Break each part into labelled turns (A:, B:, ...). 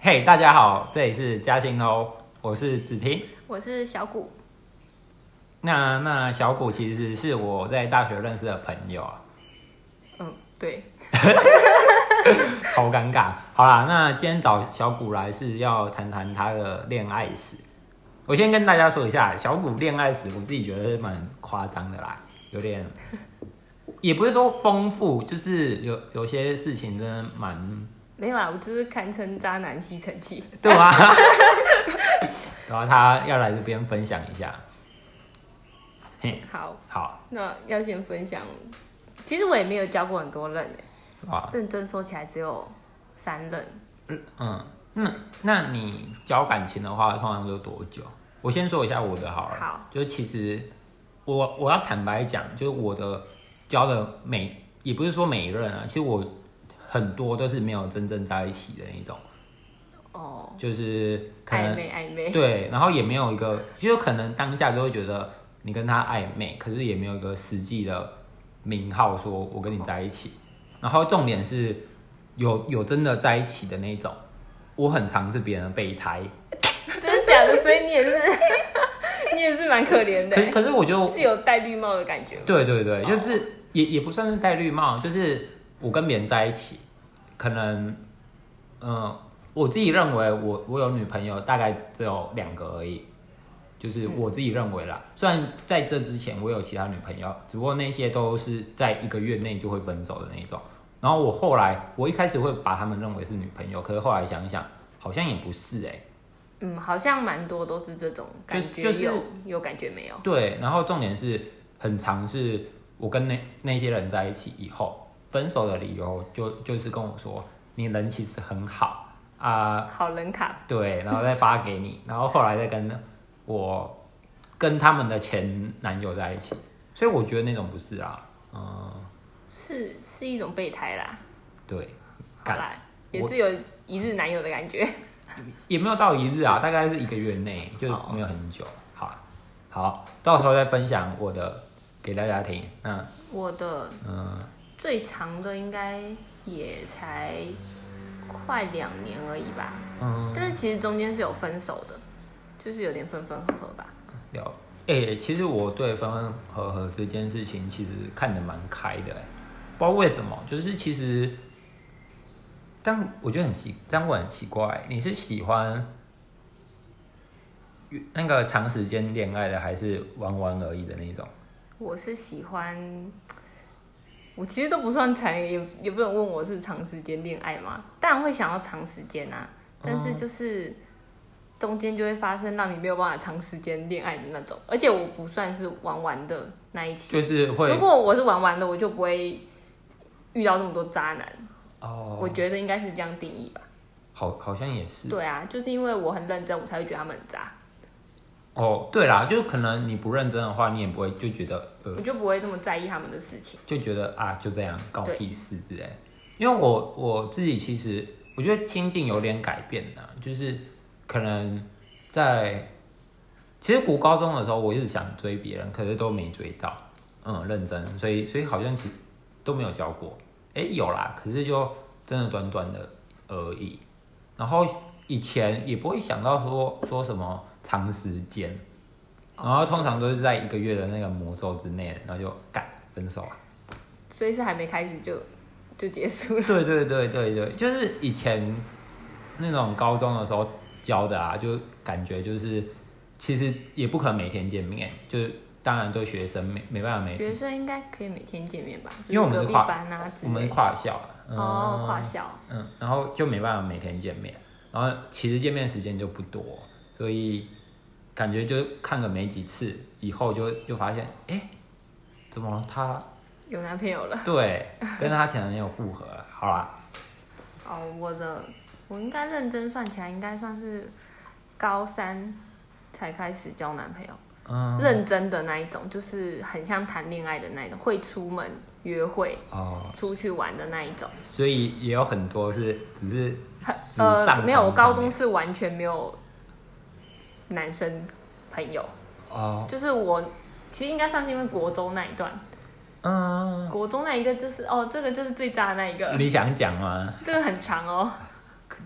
A: 嘿大家好，这里是嘉兴哦，我是子婷。
B: 我是小谷，
A: 那那小谷其实是我在大学认识的朋友啊，
B: 嗯，对，
A: 超尴尬。 好啦，那今天找小谷来是要谈谈他的恋爱史。我先跟大家说一下，小谷恋爱史，我自己觉得是蛮夸张的啦，有点，也不是说丰富，就是有有些事情真的蛮，
B: 没有啊，我就是堪称渣男吸尘器。
A: 对吧、 啊？然后他要来这边分享一下，嘿，
B: 好，
A: 好
B: 那要先分享，其实我也没有交过很多任、欸，
A: 啊，
B: 认真说起来只有三任，
A: 嗯，那那你交感情的话，通常都多久？我先说一下我的好了。
B: 好，
A: 就是其实我我要坦白讲，就是我的交的每也不是说每一任啊，其实我很多都是没有真正在一起的那种，
B: 哦，
A: 就是可
B: 暧
A: 能
B: 昧暧昧，
A: 对，然后也没有一个，就是可能当下就会觉得你跟他暧昧，可是也没有一个实际的名号说我跟你在一起。然后重点是有有真的在一起的那种，我很常是别人的备胎，
B: 真的假的？所以你也是， 你也是蛮可怜的
A: 可是
B: 欸、
A: 可是我就是
B: 有戴绿帽的感觉吗。
A: 对对对，就是也也不算是戴绿帽，就是我跟别人在一起，可能，嗯、我自己认为我我有女朋友大概只有两个而已，就是我自己认为啦。虽然在这之前我有其他女朋友，只不过那些都是在一个月内就会分手的那种。然后我后来，我一开始会把她们认为是女朋友，可是后来想一想，好像也不是哎、
B: 嗯，好像蛮多都是这种感觉
A: 就
B: 有，
A: 是
B: 有感觉没有？
A: 对，然后重点是很常是我跟那那些人在一起以后，分手的理由就就是跟我说，你人其实很好啊、
B: 好人卡，
A: 对，然后再发给你，然后后来再跟我跟他们的前男友在一起，所以我觉得那种不是啊，嗯、
B: 是是一种备胎啦，
A: 对，
B: 好
A: 感
B: 啦，也是有一日男友的感觉。
A: 也没有到一日啊，大概是一个月内，就
B: 哦
A: 没有很久，好啊，好，到时候再分享我的给大家听，嗯
B: 我的
A: 嗯，
B: 最长的应该也才快两年而已吧，
A: 嗯
B: 但是其实中间是有分手的，就是有点分分合合吧。
A: 了，诶、其实我对分分合合这件事情其实看得蛮开的、欸，不知道为什么，就是其实，但我觉得很奇，但我很奇怪，你是喜欢那个长时间恋爱的，还是玩玩而已的那种？
B: 我是喜欢，我其实都不算长，也也不能问我是长时间恋爱嘛，当然会想要长时间啊，
A: 嗯
B: 但是就是中间就会发生让你没有办法长时间恋爱的那种，而且我不算是玩玩的那一期。
A: 就是会
B: 如果我是玩玩的，我就不会遇到这么多渣男。
A: 哦，
B: 我觉得应该是这样定义吧。
A: 好，好像也是
B: 对啊，就是因为我很认真，我才会觉得他们很渣，
A: 哦，对啦，就是可能你不认真的话，你也不会就觉得呃
B: 我就不会这么在意他们的事情。
A: 就觉得啊，就这样，搞
B: 对
A: 屁事之类。因为我我自己其实我觉得心境有点改变了，就是可能在其实读高中的时候，我一直想追别人，可是都没追到，嗯，认真，所以所以好像其实都没有交过，诶，有啦，可是就真的短短的而已。然后以前也不会想到说说什么长时间，然后通常都是在一个月的那个魔咒之内，然后就干分手啊。
B: 所以是还没开始就就结 束了。
A: 对对对对对，就是以前那种高中的时候教的啊，就感觉就是其实也不可能每天见面，就是当然对学生没没办法每
B: 学生应该可以每天见面吧？
A: 因为我们
B: 就是是隔壁
A: 跨
B: 班啊之
A: 我们
B: 类的。
A: 跨校啊，嗯、
B: 哦，跨校。
A: 嗯，然后就没办法每天见面，然后其实见面时间就不多，所以感觉就看个没几次，以后就就发现哎。诶怎么他
B: 有男朋友了。
A: 对跟他前男友复合了？好啦，
B: 哦，我的，我应该认真算起来，应该算是高三才开始交男朋友，
A: 嗯，
B: 认真的那一种，就是很像谈恋爱的那一种，会出门约会、
A: 哦，
B: 出去玩的那一种。
A: 所以也有很多是只是
B: 很
A: 纸上
B: 呃，没有，我
A: 谈
B: 高
A: 的
B: 中是完全没有男生朋友，
A: 哦，
B: 就是我其实应该算是因为国中那一段，
A: 嗯，
B: 国中那一个就是哦，这个就是最渣的那一个，
A: 你想讲吗？
B: 这个很长哦，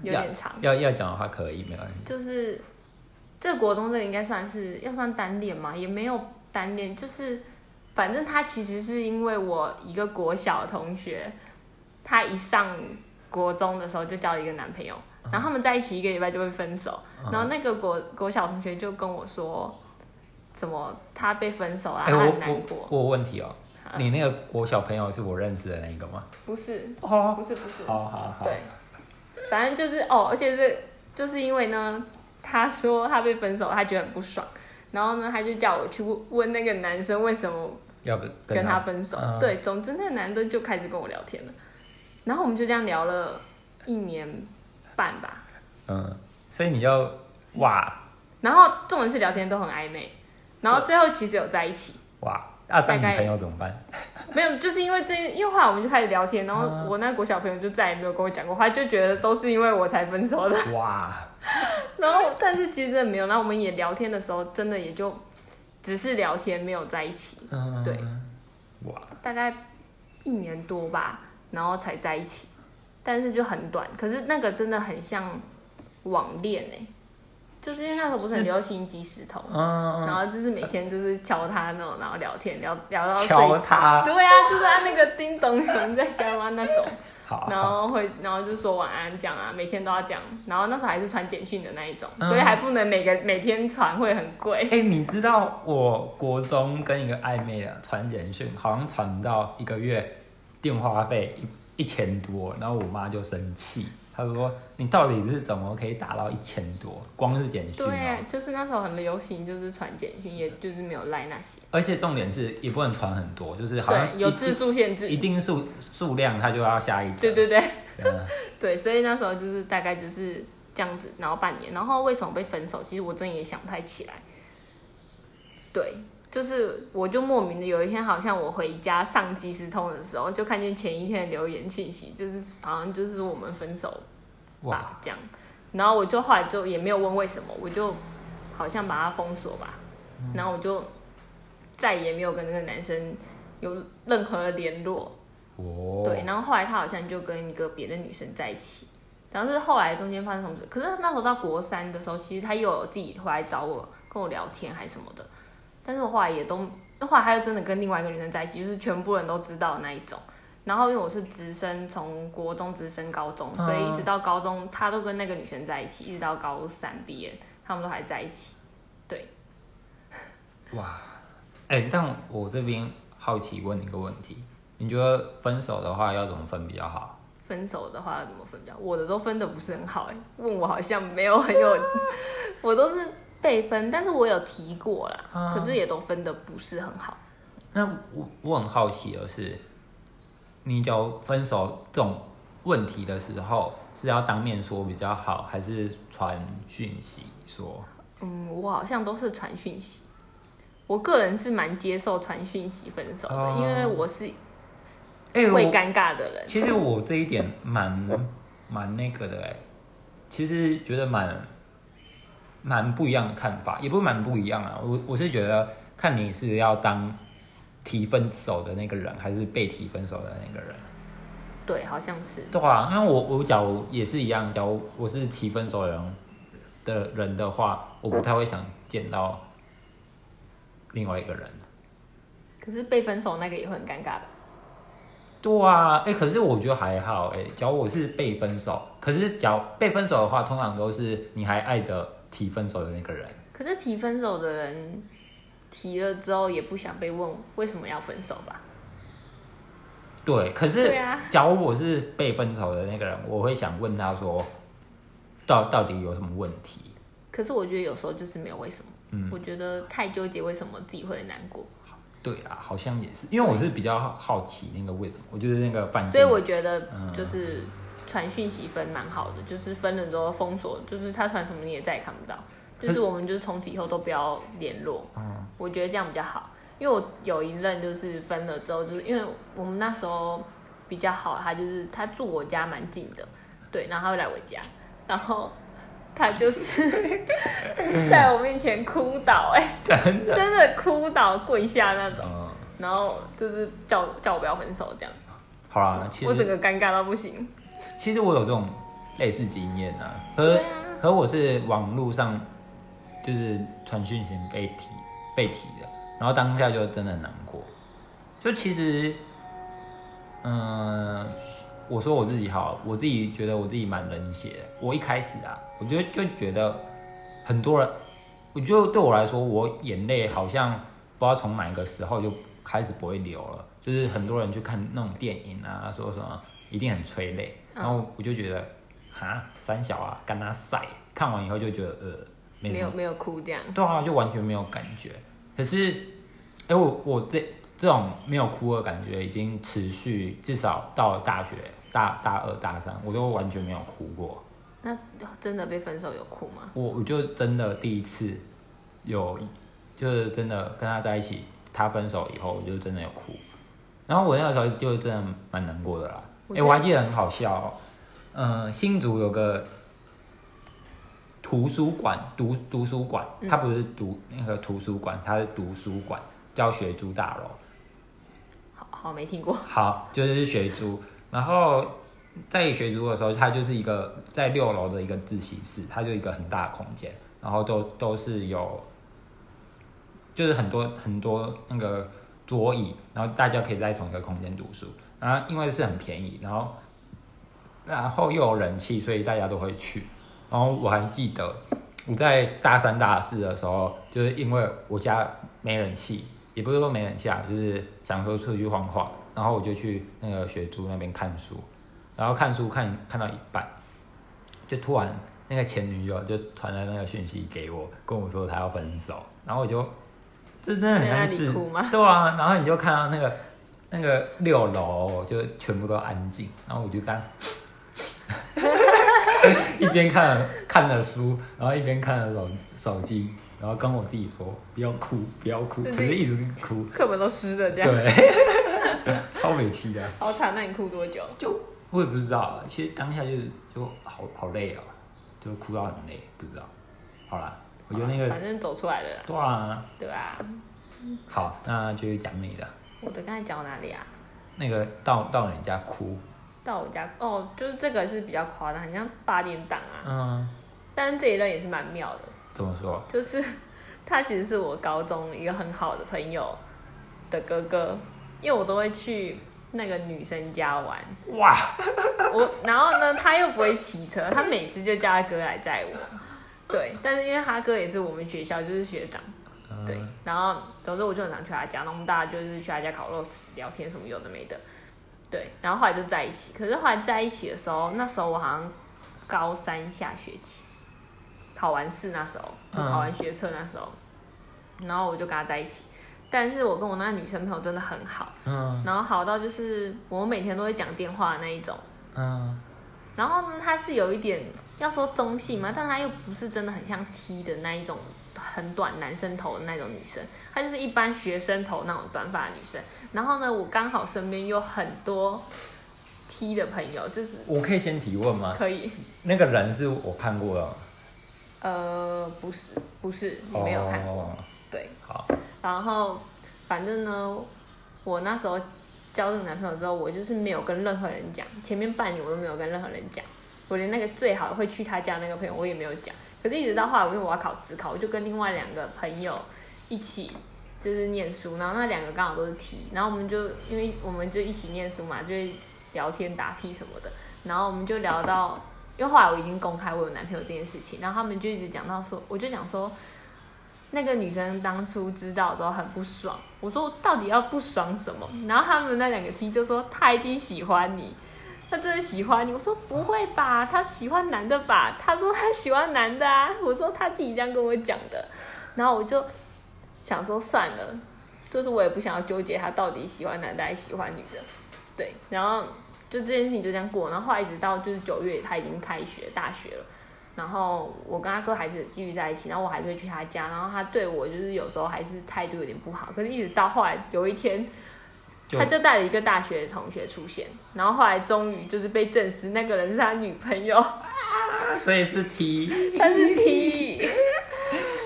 B: 有点长，
A: 要要讲的话可以，没关系。
B: 就是这个国中这个应该算是要算单恋嘛，也没有单恋，就是反正他其实是因为我一个国小同学，他一上国中的时候就交了一个男朋友，然后他们在一起一个礼拜就会分手，
A: 嗯
B: 然后那个国国小同学就跟我说，怎么他被分手啦，
A: 哎、
B: 他
A: 我
B: 很难
A: 我
B: 过，
A: 我有问题哦、
B: 啊
A: 你那个国小朋友是我认识的那一个吗？
B: 不是
A: 哦，
B: 不是不是，
A: 好好好，
B: 对，反正就是哦，而且是就是因为呢，他说他被分手，他觉得很不爽，然后呢，他就叫我去问问那个男生为什么
A: 要不
B: 跟他分手。
A: 嗯
B: 对，总之那个男的就开始跟我聊天了，然后我们就这样聊了一年半吧，
A: 嗯，所以你要哇
B: 然后重点是聊天都很暧昧，然后最后其实有在一起，
A: 哇，那、啊、
B: 大
A: 当女
B: 概
A: 朋友怎么办？
B: 没有，就是因为这，因为后来我们就开始聊天，然后我那国小朋友就再也没有跟我讲过，他就觉得都是因为我才分手的。
A: 哇，
B: 然后，但是其实真的没有。那我们也聊天的时候，真的也就只是聊天，没有在一起，
A: 嗯，
B: 对，
A: 哇，
B: 大概一年多吧，然后才在一起，但是就很短。可是那个真的很像网恋哎、就是因为那时候不是很流行即时通，
A: 嗯，
B: 然后就是每天就是敲他那种，然后聊天聊聊到睡。
A: 敲他，
B: 对啊，就是按那个叮咚，有人在家吗那种，
A: 好，
B: 然
A: 好
B: 后会，然后就说晚安这样啊，每天都要讲，然后那时候还是传简讯的那一种，
A: 嗯
B: 所以还不能每个每天传，会很贵。
A: 哎、你知道我国中跟一个暧昧的传简讯，好像传到一个月电话费一一千多，然后我妈就生气，她说你到底是怎么可以打到一千多？光是简讯、哦。
B: 对，就是那时候很流行，就是传简讯，也就是没有赖那些，
A: 而且重点是也不能传很多，就是好像
B: 对，有
A: 一
B: 字数限制
A: 一，定数数量，它就要下一折。
B: 对对对
A: 对啊，
B: 对，所以那时候就是大概就是这样子，然后半年，然后为什么被分手，其实我真的也想不太起来。对，就是我就莫名的有一天，好像我回家上即时通的时候，就看见前一天的留言讯息，就是好像就是说我们分手
A: 哇，
B: 吧，这样。然后我就后来就也没有问为什么，我就好像把它封锁吧，
A: 嗯
B: 然后我就再也没有跟那个男生有任何的联络。
A: 哦，
B: 对，，然后后来他好像就跟一个别的女生在一起，然后是后来中间发生什么事？可是那时候到国三的时候，其实他又有自己回来找我，跟我聊天还是什么的，但是我后来也都，后来他又真的跟另外一个女生在一起，就是全部人都知道的那一种。然后因为我是直升，从国中直升高中，所以一直到高中，他都跟那个女生在一起，一直到高三毕业，他们都还在一起。
A: 哇，哎、但我这边好奇问你一个问题，你觉得分手的话要怎么分比较好？
B: 分手的话要怎么分掉？我的都分的不是很好哎、问我好像没有很 有，我都是被分，但是我有提过啦，
A: 啊
B: 可是也都分的不是很好。
A: 那我我很好奇的是，你讲分手这种问题的时候，是要当面说比较好，还是传讯息说？
B: 嗯，我好像都是传讯息，我个人是蛮接受传讯息分手的，
A: 哦
B: 因为我是
A: 哎、我
B: 会尴尬的人。
A: 其实我这一点蛮蛮那个的哎、其实觉得蛮蛮不一样的看法，也不是蛮不一样啊。我我是觉得看你是要当提分手的那个人，还是被提分手的那个人。
B: 对，好像是。
A: 对啊，因为我我假如也是一样，假如我是提分手的人的人的话，我不太会想见到另外一个人。
B: 可是被分手那个也会很尴尬吧？
A: 对啊，哎、可是我觉得还好、哎，假如我是被分手，可是假如被分手的话，通常都是你还爱着提分手的那个人。
B: 可是提分手的人提了之后也不想被问为什么要分手吧？
A: 对，可是
B: 对啊
A: 假如我是被分手的那个人，我会想问他说，到到底有什么问题？
B: 可是我觉得有时候就是没有为什么，
A: 嗯
B: 我觉得太纠结为什么自己会难过，
A: 对啊，好像也是，因为我是比较好奇那个为什么，我就是那个反
B: 所以
A: 正
B: 我觉得
A: 嗯
B: 就是传讯息分蛮好的，就是分了之后封锁，就是他传什么你也再也看不到，就是我们就是从此以后都不要联络，嗯，我觉得这样比较好，因为我有一任就是分了之后，就是因为我们那时候比较好，他就是他住我家蛮近的，对，然后他会来我家，然后他就是 在我面前哭倒、哎。
A: 嗯真的，
B: 真的哭倒跪下那种，
A: 嗯，
B: 然后就是叫叫我不要分手这样，
A: 好啦，其
B: 我整
A: 实
B: 个尴尬到不行。
A: 其实我有这种类似经验啊。可
B: 对
A: 是
B: 啊，
A: 可我是网络上就是传讯型被提被提的，然后当下就真的很难过。就其实，嗯、我说我自己好，我自己觉得我自己蛮冷血的。我一开始啊，我就就觉得很多人，我就对我来说，我眼泪好像不知道从哪个时候就开始不会流了。就是很多人去看那种电影啊，说什么一定很催泪，
B: 嗯
A: 然后我就觉得哈三小啊，干他晒，看完以后就觉得呃没
B: 没
A: 什
B: 有
A: 么，
B: 没有哭这样，
A: 对啊，就完全没有感觉。可是，哎、我我这这种没有哭的感觉已经持续至少到了大学大大二大三，我都完全没有哭过。
B: 那真的被分手有哭吗？
A: 我我就真的第一次有，就是真的跟他在一起，他分手以后，我就真的有哭。然后我那个时候就真的蛮难过的啦。
B: 我
A: 哎、
B: 觉得
A: 我还记得很好笑、哦，嗯、新竹有个图书馆，读读书馆，
B: 嗯
A: 它不是读那个图书馆，它是读书馆，叫学珠大楼。
B: 好好没听过，
A: 好，就是学珠。然后在学珠的时候，它就是一个在六楼的一个自习室，它就一个很大的空间，然后都都是有，就是很多很多那个桌椅，然后大家可以在同一个空间读书。然后因为是很便宜，然后然后又有人气，所以大家都会去。然后我还记得我在大三、大四的时候，就是因为我家没人气，也不是说没人气啊，就是想说出去晃晃，然后我就去那个学珠那边看书，然后看书看看到一半，就突然那个前女友就传了那个讯息给我，跟我说她要分手，然后我就这真的很
B: 在那
A: 像
B: 里
A: 自
B: 哭吗？
A: 对啊，然后你就看到那个那个六楼就全部都安静，然后我就这样一边看了看着书，然后一边看着手手机，然后跟我自己说不要哭，不要哭，可是一直哭，
B: 课本都湿了这样，
A: 对，超委屈的，
B: 好惨。那你哭多久？
A: 就我也不知道，其实当下就是就好好累哦，就哭到很累，不知道。好啦，我觉得那个
B: 反正走出来了啦，
A: 对啊，
B: 对吧、
A: 好，那就讲你的
B: 我的刚才讲到哪里啊？
A: 那个到到人家哭，
B: 到我家哦，就是这个是比较夸张，很像八点档啊。
A: 嗯。
B: 但是这一段也是蛮妙的，
A: 怎么说？
B: 就是 他其实是我高中一个很好的朋友的哥哥，因为我都会去那个女生家玩。
A: 哇，
B: 我然后呢，他又不会骑车，他每次就叫他哥来载我。对，但是因为他哥也是我们学校就是学长，
A: 嗯
B: 对，然后总之我就很常去他家，然后我们大家就是去他家烤肉、吃聊天什么有的没的，对，然后后来就在一起。可是后来在一起的时候，那时候我好像高三下学期，考完试那时候，就考完学测那时候，然后我就跟他在一起。但是我跟我那女生朋友真的很好，
A: 嗯
B: 然后好到就是我每天都会讲电话的那一种。
A: 嗯
B: 然后呢，他是有一点要说中性嘛，但他又不是真的很像 T 的那一种很短男生头的那种女生，她就是一般学生头那种短发的女生。然后呢，我刚好身边有很多 T 的朋友，就是
A: 我可以先提问吗？
B: 可以，
A: 那个人是我看过的，
B: 呃，不是不是，我没有看过，
A: 哦、
B: 对。
A: 好，
B: 然后反正呢，我那时候交这个男朋友之后，我就是没有跟任何人讲，前面半年我都没有跟任何人讲，我连那个最好会去他家那个朋友我也没有讲。可是，一直到后来，我因为我要考职考，我就跟另外两个朋友一起就是念书，然后那两个刚好都是 T，然后我们就因为我们就一起念书嘛，就会聊天打屁什么的，然后我们就聊到，因为后来我已经公开我有男朋友这件事情，然后他们就一直讲到说，我就讲说，那个女生当初知道之后很不爽，我说到底要不爽什么？然后他们那两个 T 就说他已经喜欢你，他真的喜欢你。我说不会吧，他喜欢男的吧？他说他喜欢男的啊。我说他自己这样跟我讲的，然后我就想说算了，就是我也不想要纠结他到底喜欢男的还是喜欢女的，对。然后就这件事情就这样过，然后后来一直到就是九月他已经开学大学了。然后我跟他哥还是继续在一起，然后我还是会去他家，然后他对我就是有时候还是态度有点不好，可是一直到后来有一天，
A: 就
B: 他就带了一个大学同学出现，然后后来终于就是被证实那个人是他女朋友，
A: 所以是 T，
B: 他是 T，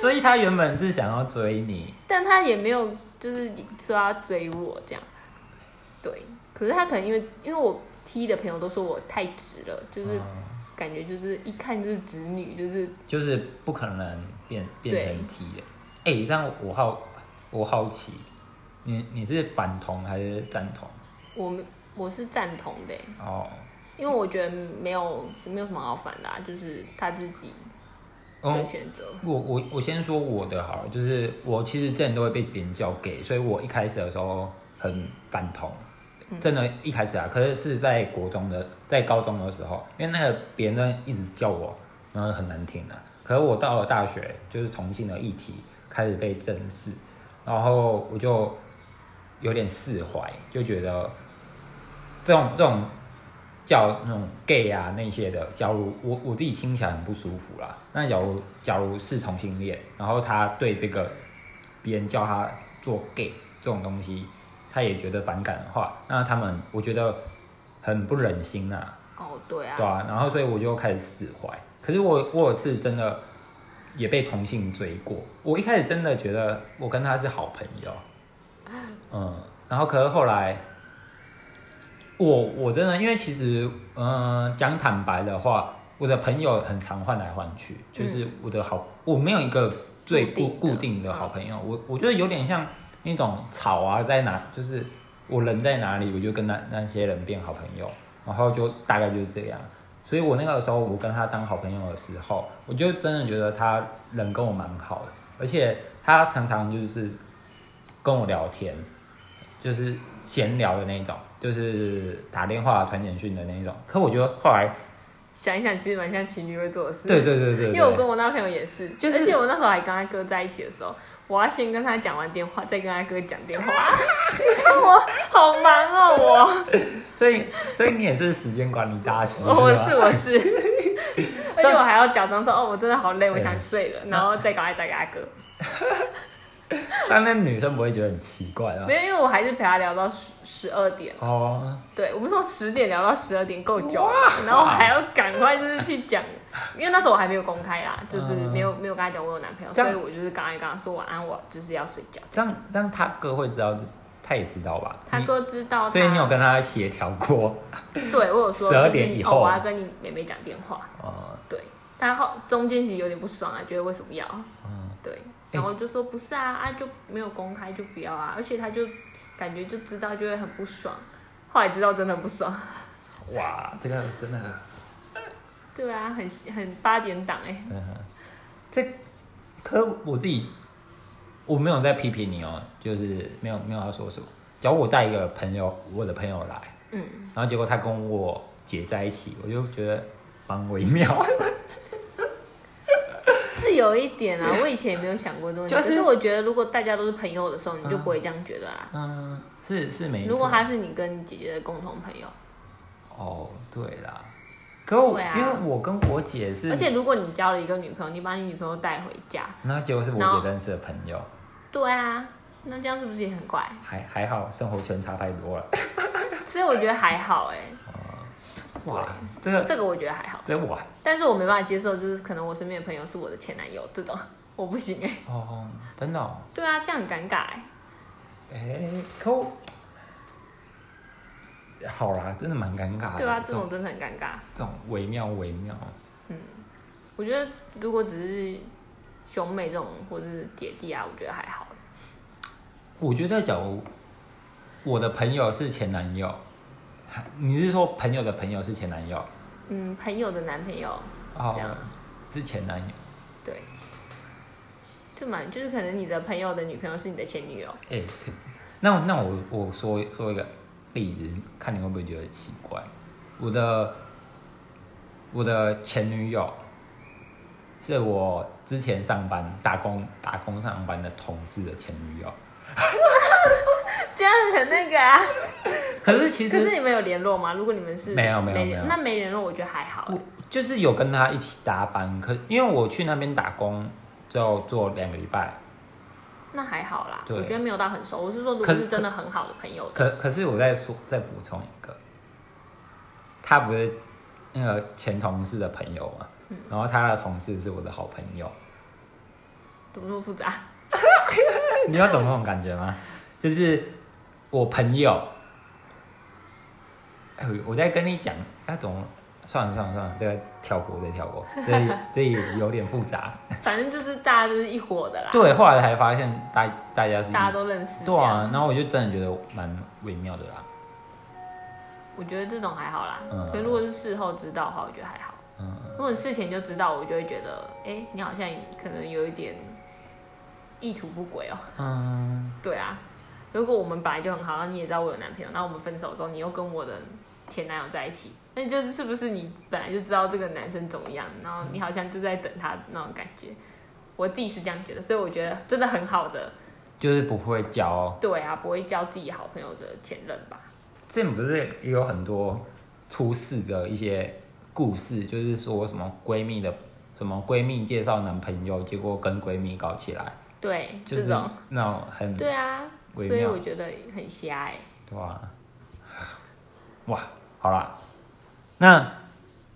A: 所以他原本是想要追你，
B: 但他也没有就是说要追我这样，对，可是他可能因为因为我 T 的朋友都说我太直了，就是
A: 嗯
B: 感觉就是一看就是直女，就是
A: 就是不可能变变成
B: 对
A: T 的。哎、这样我好我好奇，你你是反同还是赞同？
B: 我们我是赞同的欸，
A: 哦，
B: 因为我觉得没有没有什么好反的、啊，就是他自己的
A: 嗯，
B: 选择。
A: 我我我先说我的好了，就是我其实之前都会被别人叫 gay，所以我一开始的时候很反同，真的，一开始啊，可是是在国中的，在高中的时候，因为那个别人一直叫我，然后很难听啊。可是我到了大学，就是同性的议题开始被正视，然后我就有点释怀，就觉得这种这种叫那种 gay 啊那些的，假如我我自己听起来很不舒服啦。那假如假如是同性恋，然后他对这个别人叫他做 gay 这种东西，他也觉得反感的话，那他们我觉得很不忍心啊。
B: 哦，对啊，
A: 对啊，然后所以我就开始释怀。可是我我有次真的也被同性追过，我一开始真的觉得我跟他是好朋 友，嗯，然后可是后来我我真的因为其实嗯讲、坦白的话，我的朋友很常换来换去，
B: 嗯
A: 就是我的好，我没有一个最固
B: 固定的嗯
A: 固定的好朋友，我我觉得有点像那种草啊，在哪就是我人在哪里，我就跟那那些人变好朋友，然后就大概就是这样。所以我那个时候，我跟他当好朋友的时候，我就真的觉得他人跟我蛮好的，而且他常常就是跟我聊天，就是闲聊的那种，就是打电话、传简讯的那种。可我觉得后来，
B: 想一想其实蛮像情侣会做的事。
A: 对对对对
B: 因为我跟
A: 对，
B: 我那朋友也是，
A: 就是
B: 而且我那时候还跟他哥在一起的时候，我要先跟他讲完电话，再跟他哥讲电话。我好忙哦， 我
A: 所以所以你也是时间管理大师，
B: 哦
A: 啊
B: 我
A: 是
B: 是
A: 吗
B: 我 是，而且
A: 这
B: 我还要假装说哦，我真的好累，我
A: 对嗯
B: 想睡了，然后再赶快打给他哥。
A: 像那女生不会觉得很奇怪吗
B: 没？有，因为我还是陪他聊到十十二点，
A: 哦，
B: 对我们从十点聊到十二点够久了，然后我还要赶快就是去 讲，因为那时候我还没有公开啦，就是没有没有跟他讲我有男朋友，
A: 嗯这
B: 所
A: 样
B: 以我就是赶快跟他说晚安，我就是要睡觉。
A: 这样这样他哥会知道，他也知道吧？
B: 他
A: 你，
B: 哥知道他，
A: 所以你有跟他协调过，
B: 对我有说
A: 12
B: 就是
A: 点
B: 你
A: 以
B: 哦，
A: 后
B: 我要跟你妹妹讲电话。
A: 呃，
B: 对，他后中间其实有点不爽啊，觉得为什么要？
A: 嗯
B: 对，然后就说不是啊，啊就没有公开就不要啊，而且他就感觉就知道就会很不爽，后来知道真的不爽。
A: 哇，这个真的，
B: 对啊，很很八点档哎、
A: 嗯哼，这，可我自己，我没有在批评你哦，就是没有没有要说什么。假如我带一个朋友，我的朋友来，
B: 嗯，
A: 然后结果他跟我姐在一起，我就觉得蛮微妙。
B: 是有一点啊，我以前也没有想过这个问题，
A: 就
B: 可
A: 是
B: 是我觉得如果大家都是朋友的时候，你就不会这样觉得啦。
A: 嗯，是是没错。
B: 如果他是你跟你姐姐的共同朋友，
A: 哦，对啦，可我、
B: 对啊
A: 因为我跟我姐是，
B: 而且如果你交了一个女朋友，你把你女朋友带回家，
A: 那结果是我
B: 然后
A: 姐认识的朋友，
B: 对啊，那这样是不是也很怪？
A: 还还好，生活圈差太多了。
B: 所以我觉得还好哎、
A: 哇，这个
B: 这个我觉得还好，
A: 这哇
B: 但是我没办法接受，就是可能我身边的朋友是我的前男友这种，我不行哎、
A: 哦，真的、哦。
B: 对啊，这样很尴尬哎、
A: 哎、可我好啦，真的蛮尴尬的。
B: 对啊，这
A: 种
B: 种真的很尴尬。
A: 这种微妙微妙，
B: 我觉得如果只是兄妹这种或者是姐弟啊，我觉得还好、
A: 我觉得假如我的朋友是前男友，还你是说朋友的朋友是前男友？
B: 嗯，朋友的男朋友，这样
A: 哦，是前男友。
B: 对，这蛮就是可能你的朋友的女朋友是你的前女友，
A: 哎、可那那我我说说一个例子，看你会不会觉得奇怪。我的我的前女友是我之前上班打工打工上班的同事的前女友，
B: 这样很那个啊。
A: 可是其
B: 可是
A: 实
B: 你们有联络吗？如果你们是
A: 没有没有没有
B: 那没联络，我觉得还好欸
A: 我。就是有跟她一起搭班，可因为我去那边打工只有做两个礼拜，
B: 那还好啦，
A: 对
B: 我觉得没有到很熟。我是说，如果
A: 可是
B: 是真的很好的朋友，
A: 可可是我再说再补充一个，他不是那个前同事的朋友嘛，
B: 嗯
A: 然后他的同事是我的好朋友，
B: 怎么那么复杂？
A: 你要懂那种感觉吗？就是我朋友，哎，我在跟你讲要怎么算了算了算了，这个跳过，这个跳 过，这这也有点复杂。
B: 反正就是大家就是一伙的啦，
A: 对，后来才发现大大家是一
B: 大家都认识。
A: 对，啊，然后我就真的觉得蛮微妙的啦。
B: 我觉得这种还好啦。
A: 嗯
B: 可是如果是事后知道的话，我觉得还好。
A: 嗯
B: 如果你事前就知道，我就会觉得，哎、你好像可能有一点意图不轨哦、
A: 嗯，
B: 对啊，如果我们本来就很好，然后你也知道我有男朋友，那我们分手之后，你又跟我的前男友在一起，那你就是是不是你本来就知道这个男生怎么样，然后你好像就在等他那种感觉。我自己是这样觉得，所以我觉得真的很好的，
A: 就是不会教。
B: 对啊，不会交自己好朋友的前任吧？
A: 之前不是也有很多出事的一些故事，就是说什么闺蜜的什么闺蜜介绍男朋友，结果跟闺蜜搞起来，
B: 对，
A: 就
B: 这
A: 是
B: 种，
A: 那种很
B: 对啊，所
A: 嗯微
B: 以
A: 妙
B: 我觉得很瞎哎、
A: 对吧、哇，好啦，那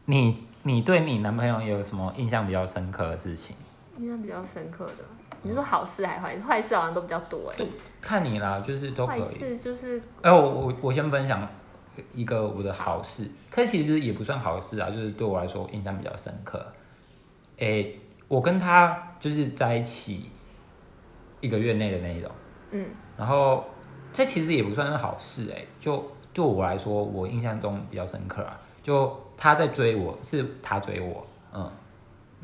A: 你你对你男朋友有什么印象比较深刻的事情？
B: 印象比较深刻的，你说好事还是坏事？坏事好像都比较多哎、
A: 对，看你啦，就是都可
B: 坏
A: 以。
B: 事就是
A: 哎、我我我先分享一个我的好事，可其实也不算好事啊，就是对我来说印象比较深刻。哎、我跟他就是在一起一个月内的那一种，
B: 嗯，
A: 然后这其实也不算是好事哎、就就我来说，我印象中比较深刻啊，就他在追我，是他追我，嗯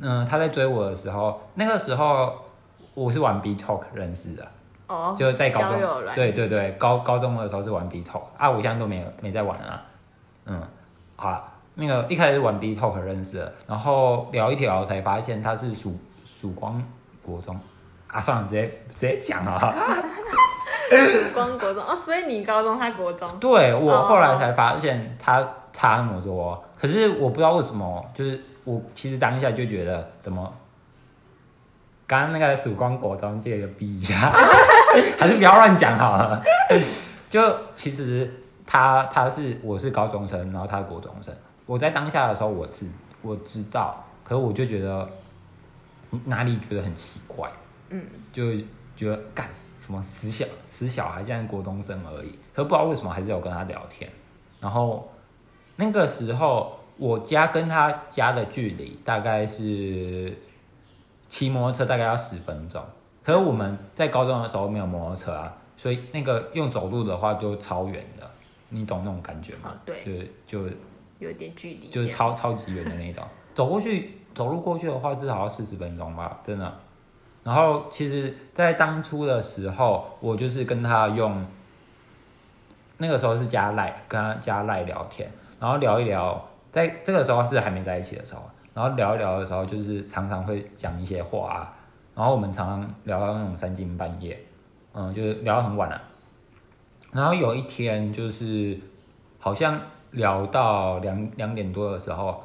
A: 嗯，他在追我的时候，那个时候我是玩 B Talk 认识的，
B: 哦，
A: 就在高
B: 交
A: 中
B: 友软，
A: 对对对，高高中的时候是玩 B Talk 啊，我现在都没有没在玩了啦。嗯，好啦，那个一开始玩 B Talk 认识的，然后聊一聊才发现他是曙曙光国中啊，算了，直接直接讲了啊哈。
B: 曙光国中哦，所以你高中，他国中，
A: 对我
B: 哦
A: 后来才发现他差那么多，可是我不知道为什么，就是我其实当下就觉得怎么。刚刚那个曙光国中借个逼一下， 还是不要乱讲好了。就其实他他是我是高中生，然后他是国中生。我在当下的时候我知我知道，可是我就觉得嗯哪里觉得很奇怪，
B: 嗯，
A: 就觉得干什么死小死小孩，现在国中生而已。可不知道为什么还是有跟他聊天。然后那个时候我家跟他家的距离大概是骑摩托车大概要十分钟，可是我们在高中的时候没有摩托车啊，所以那个用走路的话就超远的，你懂那种感觉吗
B: 哦？对
A: 就就
B: 有点距离，
A: 就是超超级远的那种，走过去走路过去的话，至少要四十分钟吧，真的。然后其实，在当初的时候，我就是跟他用，那个时候是加赖，跟他加赖聊天，然后聊一聊，在这个时候是还没在一起的时候，然后聊一聊的时候，就是常常会讲一些话啊，然后我们常常聊到那种三更半夜，嗯，就是聊到很晚啊。然后有一天就是好像聊到两两点多的时候，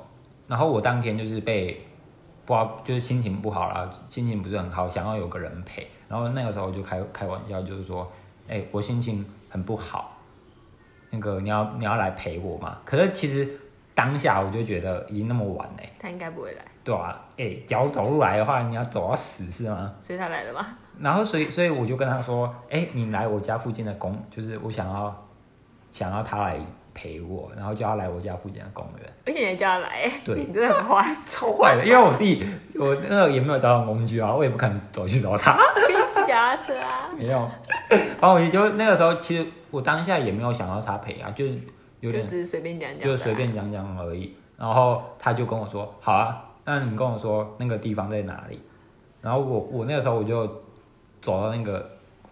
A: 然后我当天就是被不知道就是心情不好啦，心情不是很好，想要有个人陪。然后那个时候我就开开玩笑，就是说，哎、我心情很不好，那个你要你要来陪我嘛？可是其实当下我就觉得已经那么晚嘞、
B: 他应该不会来，
A: 对啊，哎、假如走路来的话，你要走到死是吗？
B: 所以他来了吧？
A: 然后所以所以我就跟他说，哎、你来我家附近的公，就是我想要想要他来陪我，然后叫他来我家附近的公园，
B: 而且你还叫他来、欸，
A: 对
B: 你真的很坏，
A: 超坏的，因为我自己我那个也没有交通工具啊，我也不可能走去找他，
B: 可以骑脚踏车啊，
A: 没有，然后我就那个时候其实我当下也没有想要他陪啊，就是有
B: 就
A: 点
B: 只是随便讲讲的啊，
A: 就随便讲讲而已。然后他就跟我说：“好啊，那你跟我说那个地方在哪里？”然后我我那个时候我就走到那个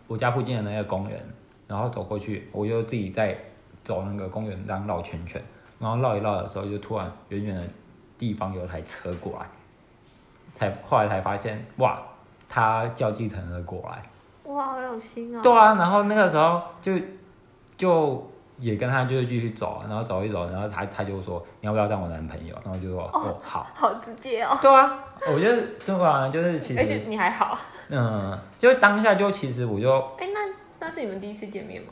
A: 我家附近的那个公园，然后走过去，我就自己在走那个公园这样绕圈圈，然后绕一绕的时候，就突然远远的地方有一台车过来，才后来才发现哇，他叫计程车过来。
B: 啊哇，好有心哦、
A: 对啊，然后那个时候就就也跟他就是继续走，啊然后走一走，然后他他就说你要不要当我男朋友？然后我就说哦好。
B: 好直接哦、
A: 对啊，我觉得对啊，就是其
B: 而且
A: 实
B: 你还好，
A: 嗯，就是当下就其实我就
B: 哎、那那是你们第一次见面吗？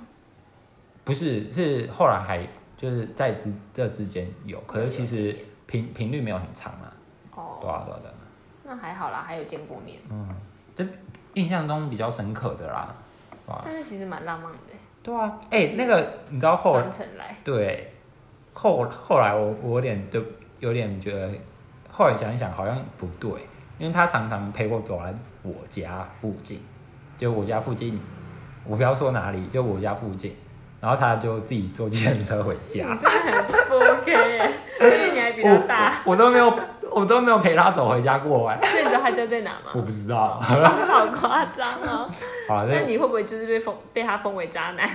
A: 不是是后来还就是在之这之间有，可是其
B: 有
A: 实
B: 见面
A: 频频率没有很长啊。
B: 哦、
A: 对啊啊对啊对啊，
B: 那还好啦，还有见过面，
A: 印象中比较深刻的啦。
B: 但是其实蛮浪漫的、欸，
A: 对啊，哎、那个你知道后来
B: 专程来，
A: 对，后后来我我有点就有点觉得，后来想一想好像不对，因为他常常陪我走来我家附近，就我家附近，我不要说哪里，就我家附近，然后他就自己坐计程车回家
B: 你。真的很不 OK，耶因为你还比他大。
A: 我我都没有，我都没有陪他走回家过哎、
B: 所以你知道他家在哪
A: 我
B: 吗？
A: 不知道。
B: 好夸张哦！
A: 好，那
B: 那你会不会就是被封被他封为渣男？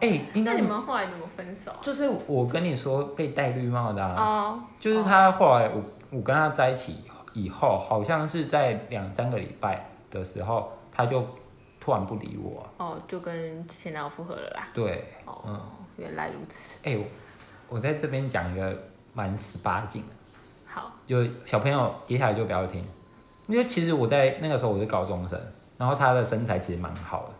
A: 哎、 应
B: 那
A: 该
B: 你们后来怎么分手？
A: 就是我跟你说被戴绿帽的、啊，
B: 哦，
A: 就是他后来我我跟他在一起以后，好像是在两三个礼拜的时候，他就突然不理我。
B: 哦，就跟前男友复合了啦。
A: 对，
B: 哦，原来如此。
A: 哎、我我在这边讲一个蛮十八禁的，
B: 好，
A: 就小朋友接下来就不要听，因为其实我在那个时候我是高中生，然后他的身材其实蛮好的，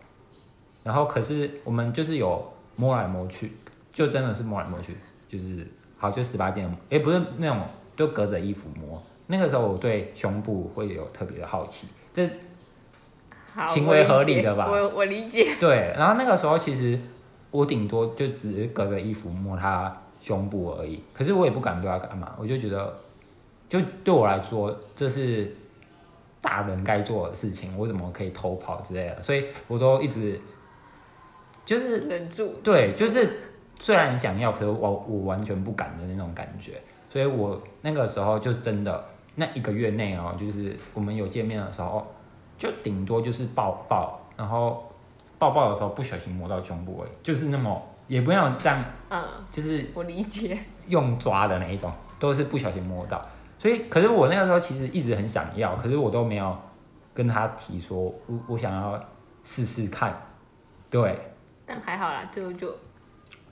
A: 然后可是我们就是有摸来摸去，就真的是摸来摸去，就是好就十八禁的摸，也、不是那种就隔着衣服摸。那个时候我对胸部会有特别的好奇，这
B: 好，
A: 行
B: 我
A: 为
B: 理解
A: 合理的吧
B: 我我理解。
A: 对，然后那个时候其实我顶多就只是隔着衣服摸他胸部而已，可是我也不敢对他干嘛，我就觉得，就对我来说这是大人该做的事情，我怎么可以偷跑之类的，所以我都一直就是
B: 忍住，
A: 对，就是虽然想要，可是我我完全不敢的那种感觉，所以我那个时候就真的那一个月内哦，就是我们有见面的时候，哦就顶多就是抱抱，然后抱抱的时候不小心摸到胸部而已，就是那么也不要这样，
B: 嗯，
A: 就是
B: 我理解。
A: 用抓的那一种，都是不小心摸到。所以，可是我那个时候其实一直很想要，可是我都没有跟他提说，我我想要试试看，对，
B: 但还好啦，最后就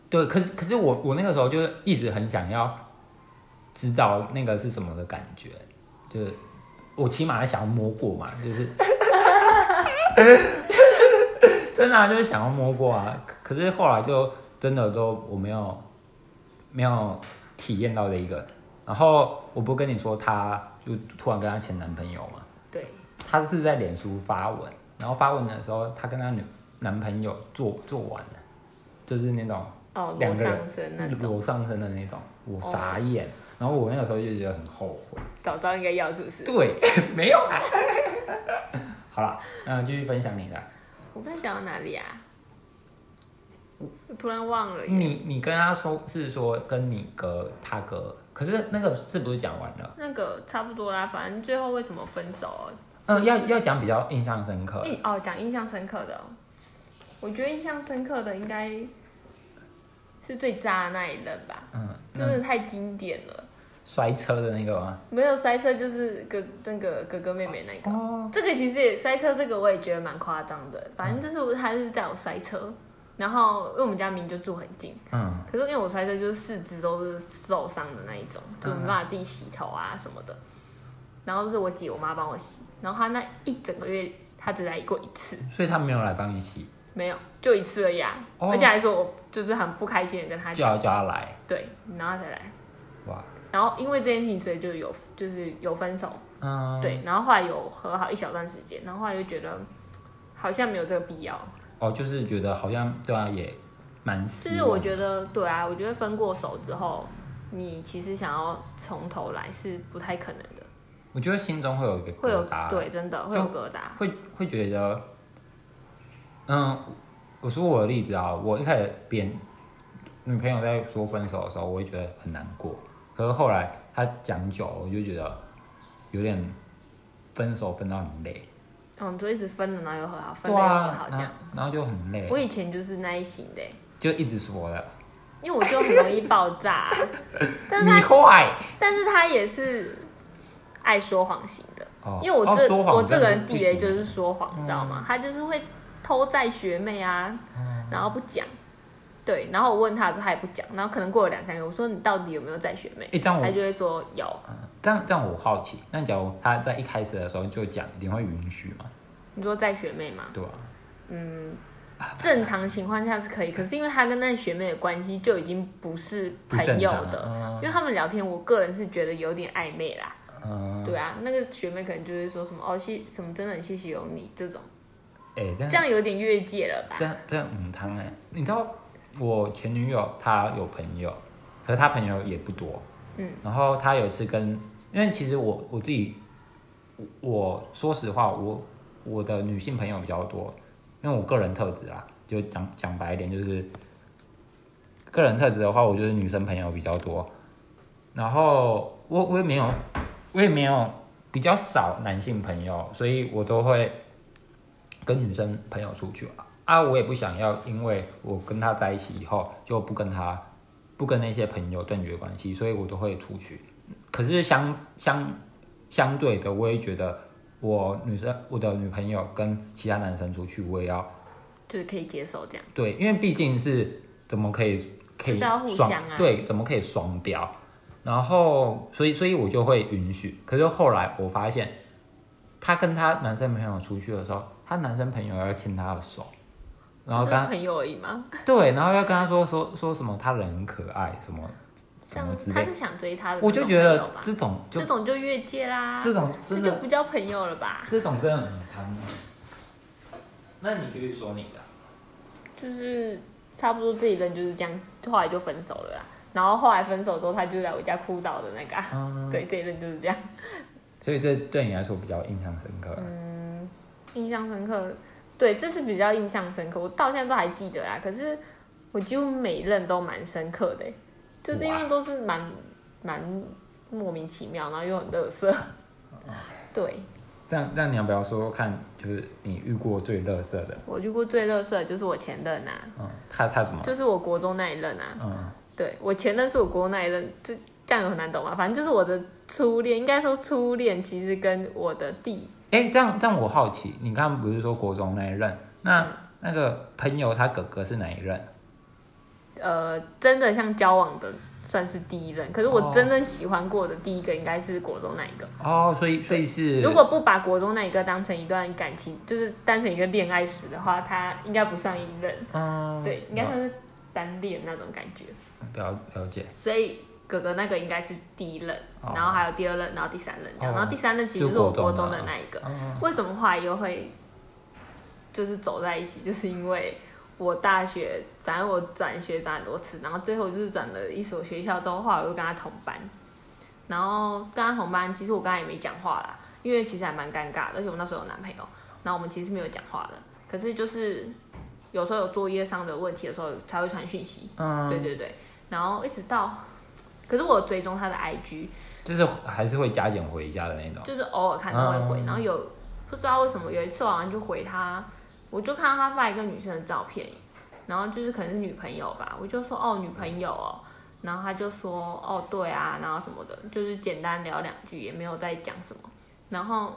A: 对，可是可是我我那个时候就是一直很想要知道那个是什么的感觉，就是我起码想要摸过嘛，就是 真的啊、就是想要摸过啊。可可是后来就真的都我没有没有体验到的一个。然后我不跟你说，她就突然跟她前男朋友嘛，
B: 对，
A: 她是在脸书发文，然后发文的时候，她跟她女男朋友做做完了，就是那种。
B: 哦，裸
A: 两个人
B: 上身那种，哦
A: 裸上身的那种，我傻眼。然后我那个时候就觉得很后悔。
B: 早知道应该要是不是？
A: 对， 没有啊。好了，那继续分享你的。
B: 我刚才讲到哪里啊？我突然忘了耶。
A: 你你跟他说是说跟你哥他哥，可是那个是不是讲完了？
B: 那个差不多啦，反正最后为什么分手哦？
A: 嗯，要要讲比较印象深刻。
B: 印哦，讲印象深刻的哦、我觉得印象深刻的应该是最渣的那一任吧，
A: 嗯，
B: 真的太经典了。
A: 摔车的那个吗？
B: 没有塞车就是哥那个哥哥妹妹那个，
A: 哦，
B: 这个其实也塞车，这个我也觉得蛮夸张的。反正就是我他是在我塞车，然后因为我们家明明就住很近，
A: 嗯
B: 可是因为我摔车就是四肢都是受伤的那一种，就没办法自己洗头啊什么的。然后就是我姐我妈帮我洗，然后她那一整个月她只来过一次，
A: 所以他没有来帮你洗，
B: 没有就一次而已啊，
A: 哦
B: 而且还说我就是很不开心的跟她讲，
A: 叫叫他来。
B: 对，然后她才来。
A: 哇，
B: 然后因为这件事情，所以就有就是有分手，
A: 嗯，
B: 对，然后后来有和好一小段时间，然后后来又觉得好像没有这个必要，
A: 哦，就是觉得好像对啊，也蛮
B: 就
A: 失望。
B: 是我觉得，对啊，我觉得分过手之后，你其实想要从头来是不太可能的，
A: 我觉得心中会有一个
B: 会有
A: 疙瘩
B: 对，真的会有疙瘩。
A: 会会觉得，嗯，我说我的例子啊，我一开始别人女朋友在说分手的时候，我会觉得很难过，可是后来她讲久了，我就觉得有点分手分到很累，
B: 嗯，就一直分了，然后又和好，分了
A: 对
B: 又和
A: 啊
B: 好，这
A: 然后
B: 样。
A: 然后就很累
B: 我，以前就是那一型的欸、
A: 就一直说了，
B: 因为我就很容易爆炸 啊、但是
A: 你
B: 他，
A: 坏
B: 但是他也是爱说谎型的。
A: 哦，
B: 因为我
A: 哦
B: 这、
A: 说谎
B: 我这个人
A: 真的不
B: 地雷
A: 行嗯
B: 就是说谎，你知道吗？他就是会偷载学妹啊，然后不讲，对，然后我问他的时候他也不讲，然后可能过了两三个，我说你到底有没有载学妹？
A: 诶这样我
B: 他就会说有，
A: 这样这样我好奇，那假如他在一开始的时候就讲，你会允许吗？
B: 你说载学妹吗？
A: 对吧、
B: 正常情况下是可以，可是因为他跟那学妹的关系就已经不是
A: 不
B: 朋
A: 正
B: 友
A: 常
B: 的，
A: 啊
B: 因为他们聊天，我个人是觉得有点暧昧啦。
A: 嗯，
B: 对啊，那个学妹可能就会说什么哦谢什么真的很谢谢有你这种，
A: 哎、这样
B: 这样有点越界了吧？
A: 这样这样母汤欸哎，你知道我前女友她有朋友，可是她朋友也不多，嗯，然后他有一次跟，因为其实我我自己，我我说实话，我我的女性朋友比较多，因为我个人特质啦，就讲讲白一点，就是个人特质的话，我就是女生朋友比较多，然后我我也没有，我也没有比较少男性朋友，所以我都会跟女生朋友出去啊，啊，我也不想要，因为我跟他在一起以后就不跟他不跟那些朋友断绝关系，所以我都会出去。可是相相相对的，我也觉得我女生我的女朋友跟其他男生出去，我也要
B: 就是可以接受这样。
A: 对，因为毕竟是怎么可以可以
B: 就是要互
A: 双
B: 相啊
A: 对，怎么可以双标？然后，所以所以我就会允许。可是后来我发现，她跟她男生朋友出去的时候，她男生朋友要牵她的手，然后
B: 只
A: 跟
B: 是
A: 她
B: 朋友而已嘛，
A: 对，然后要跟她说说说什么她人很可爱什么
B: 这
A: 什
B: 样
A: 么之
B: 他
A: 类的
B: 是，想追他的那
A: 我
B: 种
A: 就
B: 朋
A: 觉
B: 友
A: 得
B: 吧，
A: 这种就
B: 这种就越界啦，
A: 这种
B: 这
A: 真
B: 就
A: 的
B: 不叫朋友了吧？
A: 这种真的很贪婪。那你继续说你的，啊
B: 就是差不多这一任就是这样，后来就分手了啦。然后后来分手之后，他就来我家哭倒的那个啊、
A: 嗯，
B: 对，这一任就是这样。
A: 所以这对你来说比较印象深刻。
B: 印象深刻，对，这是比较印象深刻，我到现在都还记得啦。可是我几乎每一任都蛮深刻的欸、就是因为
A: 哇
B: 都是蛮蛮莫名其妙，然后又很乐色。对
A: 这样，那你要不要说说看，就是你遇过最乐色的？
B: 我遇过最乐色的就是我前任啊，
A: 嗯，他他怎么？
B: 就是我国中那一任啊。
A: 嗯，
B: 对我前任是我国中那一任，这这样有很难懂吗？反正就是我的初恋，应该说初恋其实跟我的弟
A: 哎、这样这样我好奇，你刚刚不是说国中那一任？那、那个朋友他哥哥是哪一任？
B: 呃，真的像交往的算是第一任，可是我
A: 哦
B: 真正喜欢过的第一个应该是国中那一个。
A: 哦，所以所以是
B: 如果不把国中那一个当成一段感情，就是当成一个恋爱史的话，他应该不算一任，
A: 嗯，
B: 对，应该算是单恋那种感觉。
A: 了了解，
B: 所以哥哥那个应该是第一任，
A: 哦
B: 然后还有第二任，然后第三任这样，
A: 哦
B: 然后第三任其实就是我国中的那一个。
A: 嗯，
B: 为什么后来又会就是走在一起？就是因为我大学，反正我转学转很多次，然后最后就是转了一所学校之后，后来我又跟他同班，然后跟他同班，其实我刚才也没讲话啦，因为其实还蛮尴尬的，而且我那时候有男朋友，然后我们其实没有讲话的，可是就是有时候有作业上的问题的时候才会传讯息，
A: 嗯
B: 对对对，然后一直到，可是我有追踪他的 IG，
A: 就是还是会加减回家的那种。
B: 就是偶尔看到会回，
A: 嗯
B: 然后有不知道为什么有一次我好像就回他，我就看到他发一个女生的照片，然后就是可能是女朋友吧，我就说哦女朋友哦，然后他就说哦对啊，然后什么的，就是简单聊两句，也没有再讲什么。然后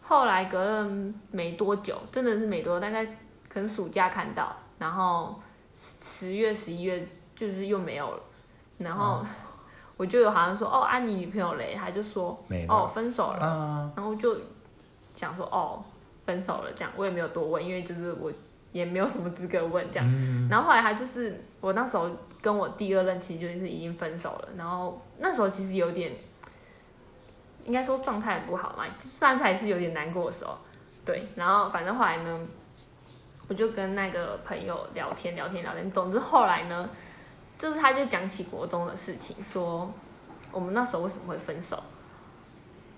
B: 后来隔了没多久，真的是没多久，大概可能暑假看到，然后十十月十一月就是又没有了，然后。
A: 嗯
B: 我就有好像说哦，啊你女朋友嘞，他就说
A: 没了
B: 哦分手了，
A: 嗯，
B: 然后就想说哦，分手了这样，我也没有多问，因为就是我也没有什么资格问这样。然后后来他就是我那时候跟我第二任其实就是已经分手了，然后那时候其实有点，应该说状态不好嘛，就算是还是有点难过的时候，对。然后反正后来呢，我就跟那个朋友聊天聊天聊天，总之后来呢，就是他就讲起国中的事情，说我们那时候为什么会分手。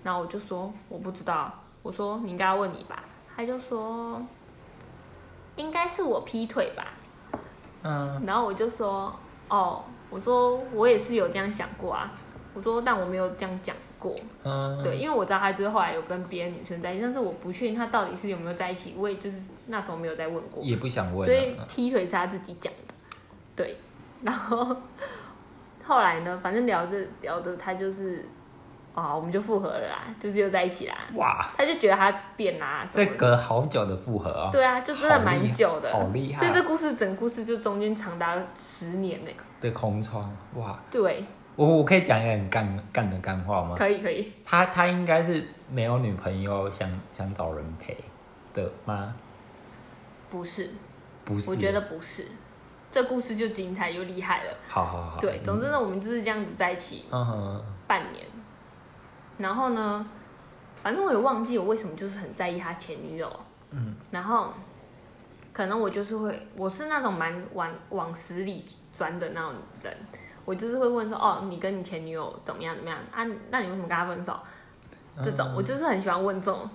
B: 然后我就说我不知道，我说你应该要问你吧。他就说应该是我劈腿吧。
A: 嗯，
B: 然后我就说哦，我说我也是有这样想过啊，我说但我没有这样讲过。
A: 嗯，
B: 对，因为我知道他就是后来有跟别的女生在一起，但是我不确定他到底是有没有在一起，我也就是那时候没有再问过。
A: 也不嗯想问啊
B: 所以
A: 了。
B: 劈腿是他自己讲的，对。然后 后来呢，反正聊着聊着，他就是啊、我们就复合了啦，就是又在一起啦。
A: 哇，
B: 他就觉得他变啦、什
A: 这
B: 么的。
A: 隔好久的复合啊、
B: 对啊，就真的蛮久的，
A: 好厉害啊
B: 所以这故事整故事就中间长达十年呢、
A: 的空窗，哇，
B: 对，
A: 我我可以讲一个很干干的干话吗？
B: 可以可以，
A: 他他应该是没有女朋友，想想找人陪的吗？
B: 不是，
A: 不是，
B: 我觉得不是，这故事就精彩又厉害了。
A: 好好嗯好，
B: 对，总之呢，我们就是这样子在一起
A: 嗯哼，
B: 半年，然后呢，反正我也忘记我为什么就是很在意他前女友，嗯，然后可能我就是会，我是那种蛮往往死里钻的那种人，我就是会问说，哦，你跟你前女友怎么样怎么样啊？那你为什么跟她分手？这种、
A: 嗯
B: 我就是很喜欢问这种，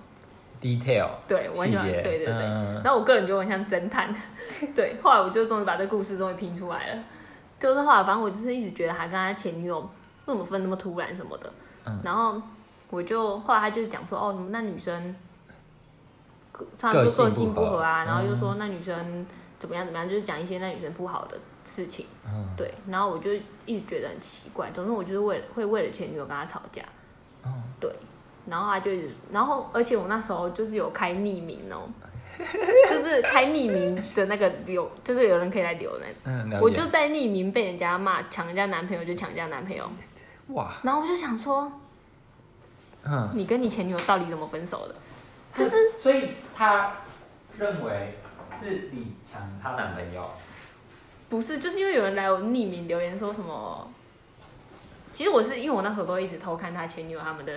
A: detail
B: 对我很
A: 细
B: 喜欢，
A: 节，
B: 对对对。
A: 嗯
B: 然后我个人觉得我很像侦探， 对。后来我就终于把这故事终于拼出来了，就是后来反正我就是一直觉得他跟他前女友为什么分那么突然什么的，
A: 嗯
B: 然后我就后来他就讲说哦，什么那女生，个他们
A: 个
B: 说
A: 性
B: 个性
A: 不
B: 不
A: 合
B: 合啊，然后又
A: 嗯
B: 说那女生怎么样怎么样，就是讲一些那女生不好的事情，
A: 嗯
B: 对。然后我就一直觉得很奇怪，总之我就是为了会为了前女友跟他吵架，
A: 嗯
B: 对。然后他就一直，然后而且我那时候就是有开匿名 哦，就是开匿名的那个留，就是有人可以来留的那
A: 嗯，了
B: 种。
A: 解
B: 我就在匿名被人家骂抢人家男朋友就抢人家男朋友，
A: 哇，
B: 然后我就想说，
A: 嗯，
B: 你跟你前女友到底怎么分手的？就是
A: 所以他认为是你抢她男朋友，
B: 不是，就是因为有人来我匿名留言说什么。其实我是因为我那时候都会一直偷看他前女友他们的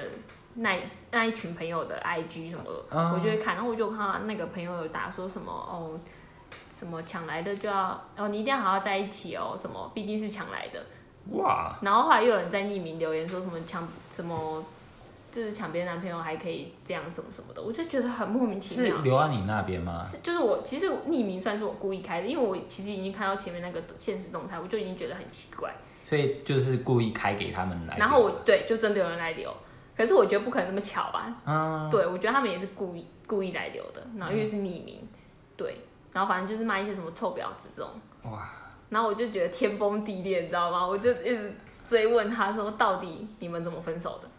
B: 那一那一群朋友的 IG 什么的，
A: 啊
B: 我就会看，然后我就看到那个朋友有打说什么哦，什么抢来的就要哦，你一定要好好在一起哦，什么毕竟是抢来的。
A: 哇，
B: 然后后来又有人在匿名留言说什么抢什么，就是抢别人男朋友还可以这样什么什么的，我就觉得很莫名其
A: 是
B: 妙。
A: 留在你那边吗？
B: 是，就是我其实匿名算是我故意开的，因为我其实已经看到前面那个现实动态，我就已经觉得很奇怪。
A: 所以就是故意开给他们来。
B: 然后我，对，就真的有人来留，可是我觉得不可能那么巧吧？
A: 嗯，
B: 对，我觉得他们也是故意故意来留的，然后因为是匿名，对，然后反正就是骂一些什么臭婊子这种，
A: 哇，
B: 然后我就觉得天崩地裂，你知道吗？我就一直追问他说，到底你们怎么分手的？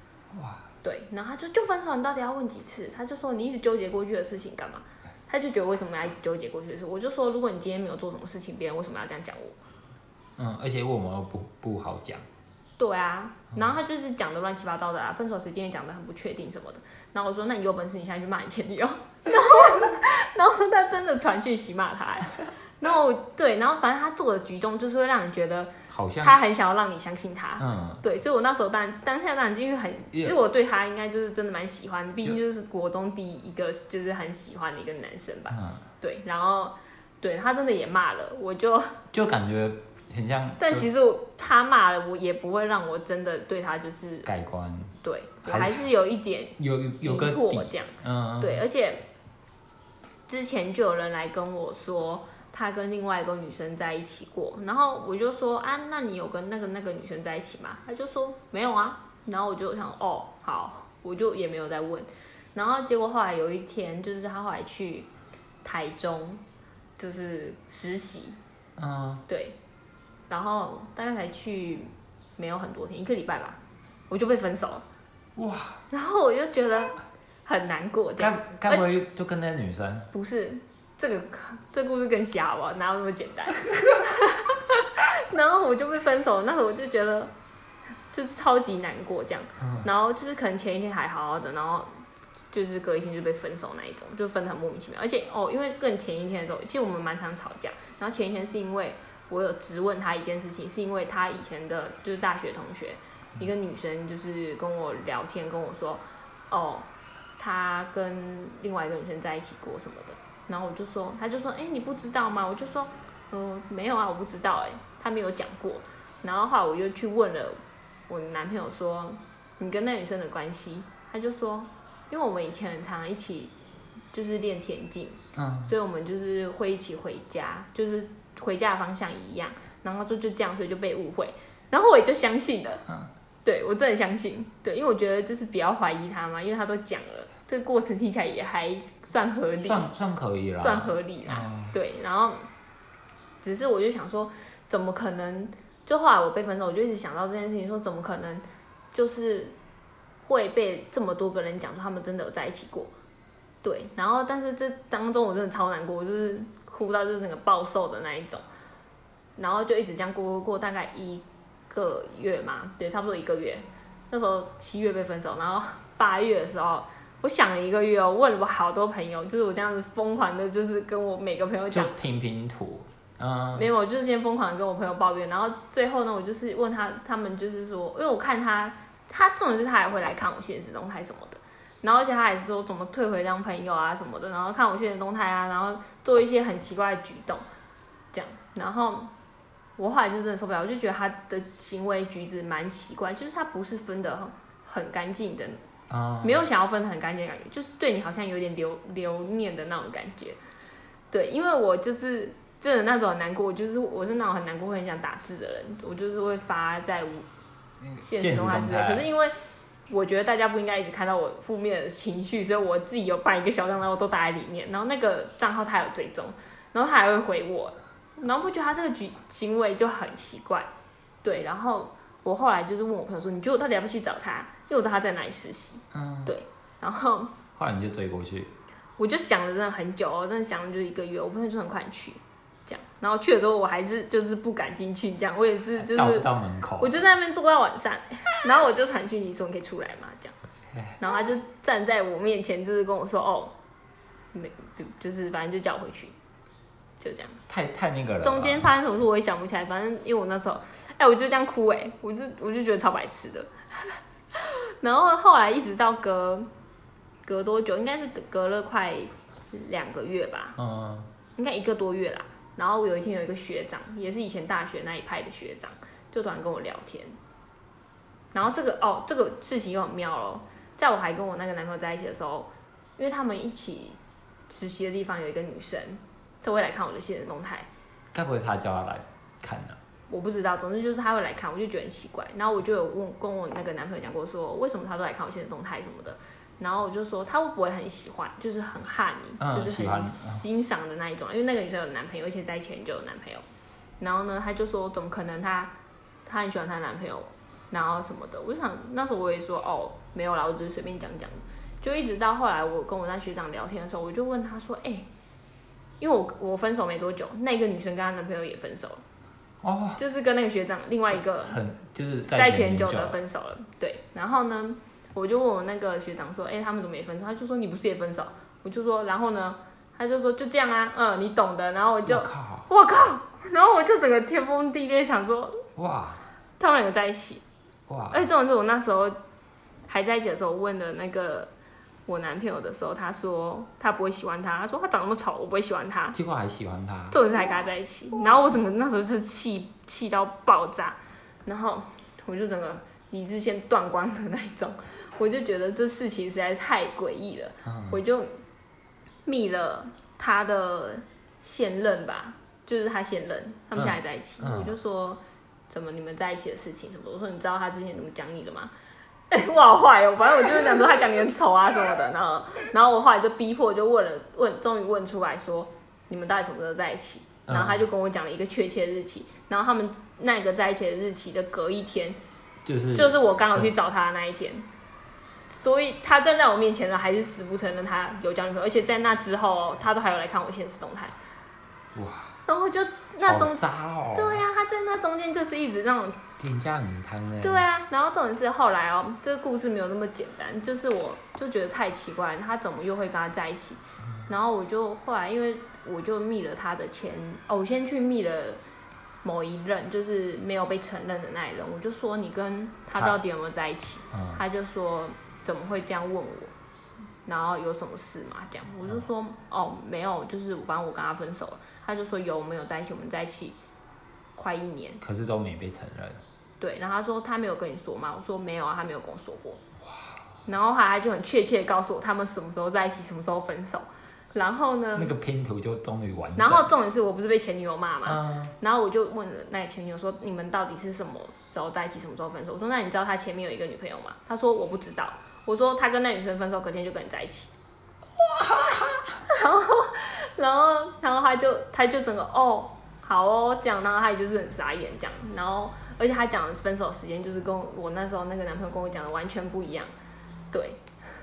A: 哇，
B: 对，然后他就就分手，你到底要问几次？他就说你一直纠结过去的事情干嘛？他就觉得为什么要一直纠结过去的事？我就说，如果你今天没有做什么事情，别人为什么要这样讲我？
A: 嗯，而且我们又不不好讲，
B: 对啊，然后他就是讲的乱七八糟的啦，分手时间也讲的很不确定什么的。然后我说，那你有本事你现在去骂你前女 友。然后，然后他真的传讯息骂他、欸。然后我对，然后反正他做的举动就是会让你觉得
A: 好像，
B: 他很想要让你相信他。
A: 嗯，
B: 对，所以我那时候当然当下当然因为很，其实我对他应该就是真的蛮喜欢，毕竟就是国中第一个就是很喜欢的一个男生吧。
A: 嗯，
B: 对，然后对他真的也骂了，我就，
A: 就感觉很像，
B: 但其实我他骂了我也不会让我真的对他就是
A: 改观，
B: 对我
A: 还
B: 还是有一点
A: 有有个
B: 疑惑
A: 底，
B: 这样。
A: 嗯，
B: 对，而且之前就有人来跟我说，他跟另外一个女生在一起过，然后我就说啊，那你有跟那个那个女生在一起吗？他就说没有啊，然后我就想哦，好，我就也没有再问，然后结果后来有一天，就是他后来去台中，就是实习，
A: 嗯，
B: 对，然后大概才去没有很多天，一个礼拜吧，我就被分手了，
A: 哇，
B: 然后我就觉得很难过，这样。
A: 该该不会就跟那女生，
B: 不是，这个这故事更瞎好不好？哪有那么简单？ 然后我就被分手，那时候我就觉得就是超级难过这样。然后就是可能前一天还好好的，然后就是隔一天就被分手那一种，就分的很莫名其妙。而且哦，因为更前一天的时候，其实我们蛮常吵架。然后前一天是因为我有质问他一件事情，是因为他以前的就是大学同学，一个女生就是跟我聊天跟我说，哦，他跟另外一个女生在一起过什么的。然后我就说，他就说，哎、你不知道吗？我就说，嗯，没有啊，我不知道、哎，他没有讲过。然后后来我就去问了我男朋友说，你跟那女生的关系？他就说，因为我们以前很常一起就是练田径，
A: 嗯，
B: 所以我们就是会一起回家，就是回家的方向一样。然后就就这样，所以就被误会。然后我也就相信了，
A: 嗯
B: 对我真的相信，对，因为我觉得就是不要怀疑他嘛，因为他都讲了，这个过程听起来也还算合理，
A: 算算可以啦，
B: 算合理啦。
A: 嗯
B: 对，然后只是我就想说，怎么可能？就后来我被分手，我就一直想到这件事情，说怎么可能就是会被这么多个人讲说他们真的有在一起过？对，然后但是这当中我真的超难过，我就是哭到就是整个暴瘦的那一种，然后就一直这样过过过，大概一个月嘛，对，差不多一个月。那时候七月被分手，然后八月的时候，我想了一个月哦，问了我好多朋友，就是我这样子疯狂的，就是跟我每个朋友
A: 就
B: 讲，
A: 拼拼图，嗯，
B: 没有，我就是先疯狂的跟我朋友抱怨，然后最后呢，我就是问他，他们就是说，因为我看他，他重点是他还会来看我现实动态什么的，然后而且他还说怎么退回当朋友啊什么的，然后看我现实动态啊，然后做一些很奇怪的举动，这样，然后我后来就真的受不了，我就觉得他的行为举止蛮奇怪，就是他不是分的很很干净的，
A: 啊、
B: 没有想要分得很干净的感觉，就是对你好像有点留留念的那种感觉。对，因为我就是真的那种很难过，我就是我是那种很难过会很想打字的人，我就是会发在嗯现实动态之类。可是因为我觉得大家不应该一直看到我负面的情绪，所以我自己有办一个小账号都打在里面。然后那个账号他有追踪，然后他还会回我，然后不觉得他这个举行为就很奇怪。对，然后我后来就是问我朋友说，你觉得我到底要不要去找他？因为我知道他在哪里实习。
A: 嗯，
B: 对。然后
A: 后来你就追过去，
B: 我就想了真的很久哦，真的想了就是一个月。我朋友说很快你去，这样。然后去了之后，我还是就是不敢进去，这样。我也是就是
A: 到到门口，
B: 我就在那边坐到晚上， 然后我就传讯你说你可以出来嘛，这样，然后他就站在我面前，就是跟我说哦，没，就是反正就叫我回去，就这样。
A: 太太那个了吧。
B: 中间发生什么事我也想不起来，反正因为我那时候，哎、我就这样哭哎、我就我就觉得超白痴的。 然后后来一直到隔隔多久，应该是隔了快两个月吧，
A: 嗯，
B: 应该一个多月啦。然后我有一天有一个学长，也是以前大学那一派的学长，就突然跟我聊天。然后这个哦，这个事情又很妙咯，在我还跟我那个男朋友在一起的时候，因为他们一起实习的地方有一个女生，她会来看我的现实动态，
A: 该不会是他叫他来看啊的、
B: 我不知道，总之就是她会来看，我就觉得很奇怪。然后我就有问跟我那个男朋友讲过说，为什么她都来看我现实动态什么的。然后我就说她会不会很喜欢，就是很哈你，
A: 嗯
B: 就是
A: 喜欢
B: 很欣赏的那一种。因为那个女生有男朋友，而且在一起很久有男朋友。然后呢，她就说怎么可能她她很喜欢她男朋友，然后什么的。我就想那时候我也说哦没有啦，我只是随便讲讲。就一直到后来我跟我那学长聊天的时候，我就问他说，哎、因为我我分手没多久，那个女生跟她男朋友也分手了。
A: 哦，
B: 就是跟那个学长另外一个
A: 很就是
B: 呃在前
A: 前
B: 久
A: 久
B: 的分手了，对。然后呢，我就问我那个学长说，哎、他们怎么也分手？他就说你不是也分手？我就说，然后呢？他就说就这样啊，嗯，你懂的。然后我就
A: 我，靠，
B: 我靠，然后我就整个天崩地裂，想说
A: 哇
B: 他们两个在一起。
A: 哇，
B: 而且这种是我那时候还在一起的时候问的那个我男朋友的时候，他说他不会喜欢他，他说他长那么丑，我不会喜欢他。
A: 结果还喜欢他，
B: 这种事还跟他在一起，然后我整个那时候就是气气到爆炸，然后我就整个理智线断光的那一种，我就觉得这事情实在是太诡异 了，
A: 嗯
B: 我就密了他的现任吧，就是他现任，他们现在还在一起，
A: 嗯嗯
B: 我就说怎么你们在一起的事情什么的，我说你知道他之前怎么讲你的吗？ 我好坏哦，反正我就是想说他讲你很丑啊什么的，然后然后我后来就逼迫就问了问，终于问出来说你们到底什么时候在一起？然后他就跟我讲了一个确切日期，然后他们那个在一起的日期的隔一天，
A: 就是
B: 就是我刚好去找他的那一天，所以他站在我面前了，还是死不承认他有交女朋友，而且在那之后哦、他都还有来看我现实动态，
A: 哇，
B: 然后我就那中
A: 好渣哦，
B: 对呀、他在那中间就是一直让我
A: 评价很汤呢，
B: 对啊，然后重点是后来哦，这个故事没有那么简单，就是我就觉得太奇怪了，他怎么又会跟他在一起？然后我就后来因为我就密了他的前，哦，我先去密了某一任，就是没有被承认的那一任，我就说你跟他
A: 他
B: 到底有没有在一起？
A: 嗯，
B: 他就说怎么会这样问我？然后有什么事嘛？这样我就说哦没有，就是反正我跟他分手了。他就说有，我们有在一起，我们在一起快一年。
A: 可是都没被承认，
B: 对，然后他说他没有跟你说吗？我说没有啊，他没有跟我说过。然后后来他就很确切地告诉我他们什么时候在一起，什么时候分手。然后呢
A: 那，个拼图就终于完整，
B: 嗯然后重点是我不是被前女友骂吗？
A: 嗯
B: 然后我就问了那个前女友说，你们到底是什么时候在一起，什么时候分手？我说那你知道他前面有一个女朋友吗？他说我不知道。我说他跟那女生分手，隔天就跟你在一起。然后，然后，然后他就他就整个哦，好哦这样，然后他也就是很傻眼这样，然后而且他讲的分手时间就是跟我那时候那个男朋友跟我讲的完全不一样，对。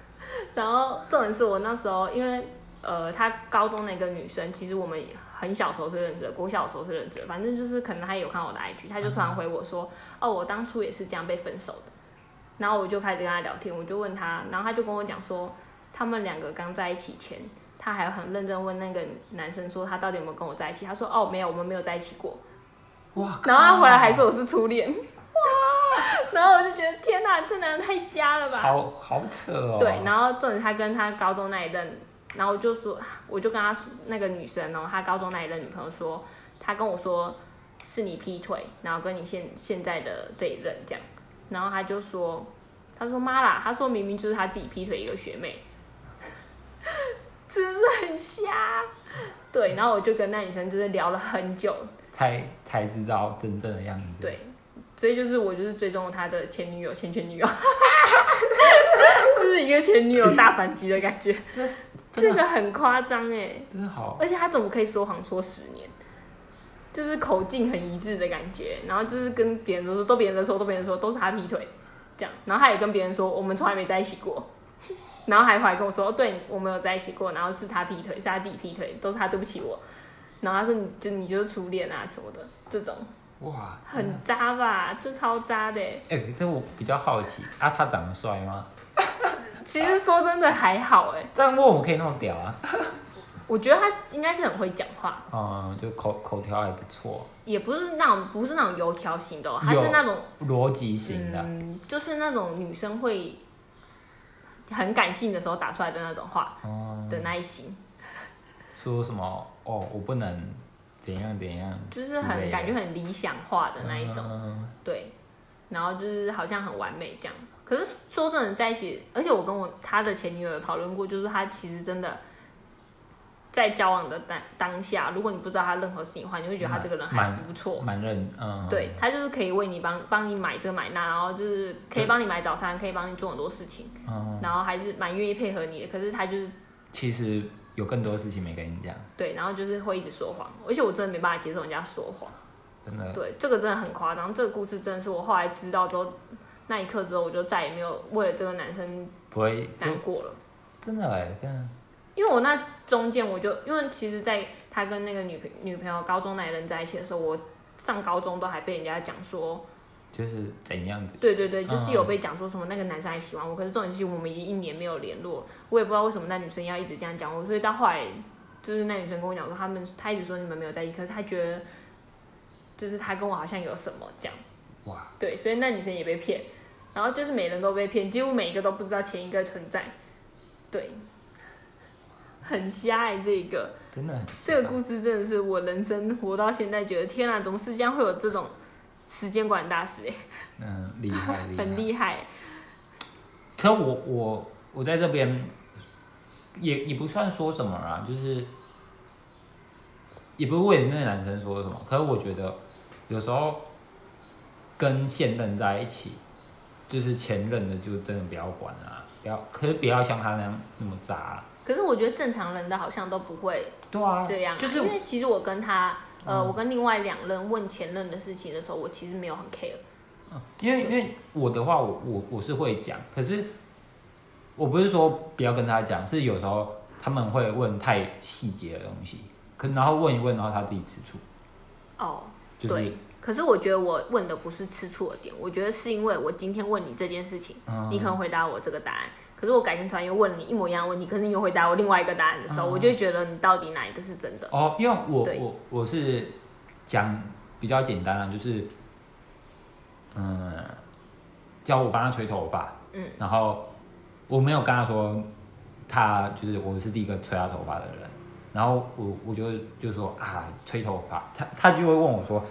B: 然后重点是我那时候因为呃，他高中那个女生，其实我们很小时候是认识的，国小的时候是认识的，反正就是可能他也有看我的 IG，他就突然回我说，哦，我当初也是这样被分手的。然后我就开始跟他聊天，我就问他，然后他就跟我讲说，他们两个刚在一起前，他还很认真问那个男生说他到底有没有跟我在一起，他说哦没有，我们没有在一起过。
A: 哇，
B: 然后他回来还
A: 是
B: 说我是初恋， 然后我就觉得天哪，这男人太瞎了吧！
A: 好好扯哦，
B: 对，然后重点他跟他高中那一任，然后我就说，我就跟他说那个女生哦，他高中那一任女朋友说，他跟我说是你劈腿，然后跟你现现在的这一任这样，然后他就说，他说妈啦，他说明明就是他自己劈腿一个学妹， 是不是很瞎？对，然后我就跟那女生就是聊了很久，
A: 才才知道真正的样子。
B: 对，所以就是我就是追踪了他的前女友、前前女友， 就是一个前女友大反击的感觉，
A: 真
B: 这个很夸张哎。
A: 真的好，
B: 而且他怎么可以说谎说十年？就是口径很一致的感觉，然后就是跟别人都说，都别人的说，都别人说都是他劈腿，这样，然后他也跟别人说我们从来没在一起过，然后还回来跟我说，哦，对我们有在一起过，然后是他劈腿，是他自己劈腿，都是他对不起我，然后他说你就你就是初恋啊什么的，这种
A: 哇，
B: 很渣吧，这超渣的欸。
A: 哎、这我比较好奇啊，他长得帅吗？
B: 其实说真的还好哎，
A: 这样问我可以那么屌啊？
B: 我觉得他应该是很会讲话，
A: 嗯，就口口条还不错，
B: 也不是那种不是那种油条型的哦、他
A: 有
B: 是那种
A: 逻辑型的，
B: 嗯，就是那种女生会很感性的时候打出来的那种话
A: 哦、
B: 的那一型，
A: 说什么哦，我不能怎样怎样
B: 就是
A: 之类
B: 很
A: 的
B: 感觉很理想化的那一种，哦
A: 嗯
B: 对。然后就是好像很完美这样，可是说真的在一起，而且我跟我他的前女友有讨论过，就是他其实真的在交往的当当下，如果你不知道他任何事情的话，你会觉得他这个人还
A: 蛮
B: 不错，
A: 蛮认嗯，
B: 对，他就是可以为你帮帮你买这买那，然后就是可以帮你买早餐，可以帮你做很多事情，
A: 嗯，
B: 然后还是蛮愿意配合你的。可是他就是
A: 其实有更多事情没跟你讲，
B: 对，然后就是会一直说谎，而且我真的没办法接受人家说谎。
A: 真的
B: 对，这个真的很夸张，这个故事真的是我后来知道之后，那一刻之后我就再也没有为了这个男生
A: 不会就
B: 难过了。
A: 真的哎，真的
B: 因为我那中间我就因为其实，在他跟那个女朋女朋友高中那一任在一起的时候，我上高中都还被人家讲说，
A: 就是怎样子，
B: 对对对，就是
A: 嗯
B: 有被讲说什么那个男生还喜欢我，可是重点是我们已经一年没有联络，我也不知道为什么那女生要一直这样讲我，所以到后来就是那女生跟我讲说，他们她一直说你们没有在一起，可是她觉得就是她跟我好像有什么这样，
A: 哇，
B: 对，所以那女生也被骗，然后就是每人都被骗，几乎每一个都不知道前一个存在，对，很瞎哎、这个，
A: 真的很
B: 这个故事真的是我人生活到现在，觉得天啊，怎么世界上会有这种时间管理大师、欸，
A: 嗯厉害厉害
B: 很厉害欸、
A: 可我我我在这边也也不算说什么啦，就是也不是为那个男生说什么。可是我觉得有时候跟现任在一起，就是前任的就真的不要管啦，不要，可是不要像他那样那么渣啊啦。
B: 可是我觉得正常人的好像都不会
A: 对啊，
B: 这样啊、
A: 就是
B: 因为其实我跟他，呃，
A: 嗯
B: 我跟另外两任问前任的事情的时候，我其实没有很 care。
A: 因为因为我的话，我我我是会讲，可是我不是说不要跟他讲，是有时候他们会问太细节的东西，可然后问一问，然后他自己吃醋，
B: 哦，
A: 就
B: 对
A: 是。
B: 可是我觉得我问的不是吃醋的点，我觉得是因为我今天问你这件事情，
A: 嗯
B: 你可能回答我这个答案，可是我改天突然又问你一模一样的问题，可是你又回答我另外一个答案的时候，
A: 嗯
B: 我就会觉得你到底哪一个是真的？
A: 哦，因为我
B: 对
A: 我我是讲比较简单啦，就是嗯，叫我帮他吹头发，
B: 嗯，
A: 然后我没有跟他说他就是我是第一个吹他头发的人，然后我我就就说啊吹头发，他他就会问我说，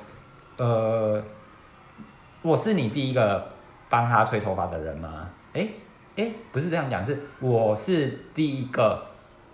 A: 呃，我是你第一个帮他吹头发的人吗？诶诶，不是这样讲，是我是第一个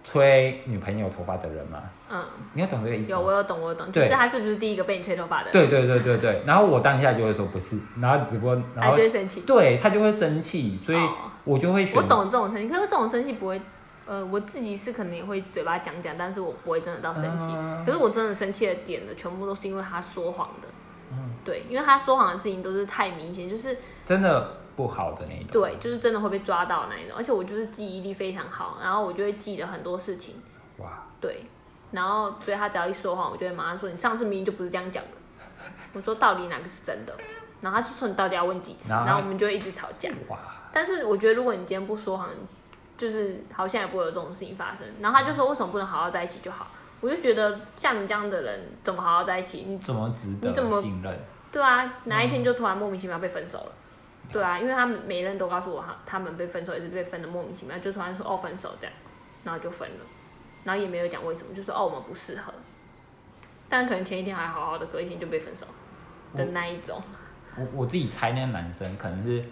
A: 吹女朋友头发的人吗？
B: 嗯，
A: 你要懂这个意思吗？
B: 有我有懂，我有懂，就
A: 对
B: 是他是不是第一个被你吹头发的人？啊
A: 对对对对对，然后我当下就会说不是，然后只不过然
B: 他
A: 后
B: 啊就会生气。
A: 对他就会生气，所以
B: 哦
A: 我就会选
B: 我懂这种生气，可是这种生气不会，呃，我自己是可能也会嘴巴讲讲，但是我不会真的到生气。
A: 嗯
B: 可是我真的生气的点呢，全部都是因为他说谎的。
A: 嗯
B: 对，因为他说谎的事情都是太明显，就是
A: 真的不好的那一种。
B: 对，就是真的会被抓到那一种。而且我就是记忆力非常好，然后我就会记得很多事情。
A: 哇，
B: 对，然后所以他只要一说谎，我就会马上说你上次明明就不是这样讲的。 我说到底哪个是真的？然后他就说你到底要问几次？
A: 然后他
B: 然后我们就会一直吵架。
A: 哇，
B: 但是我觉得，如果你今天不说谎，就是好像也不会有这种事情发生。然后他就
A: 嗯
B: 说，为什么不能好好在一起就好？我就觉得像你这样的人，怎么好好在一起？你
A: 怎么值得
B: 你怎么
A: 信任？
B: 对啊，哪一天就突然莫名其妙被分手了？
A: 嗯
B: 对啊，因为他们每人都告诉我，他他们被分手也是被分的莫名其妙，就突然说哦分手这样，然后就分了，然后也没有讲为什么，就说哦我们不适合。但可能前一天还好好的，隔一天就被分手的
A: 哦
B: 那一种。
A: 我我自己猜那个男生可能是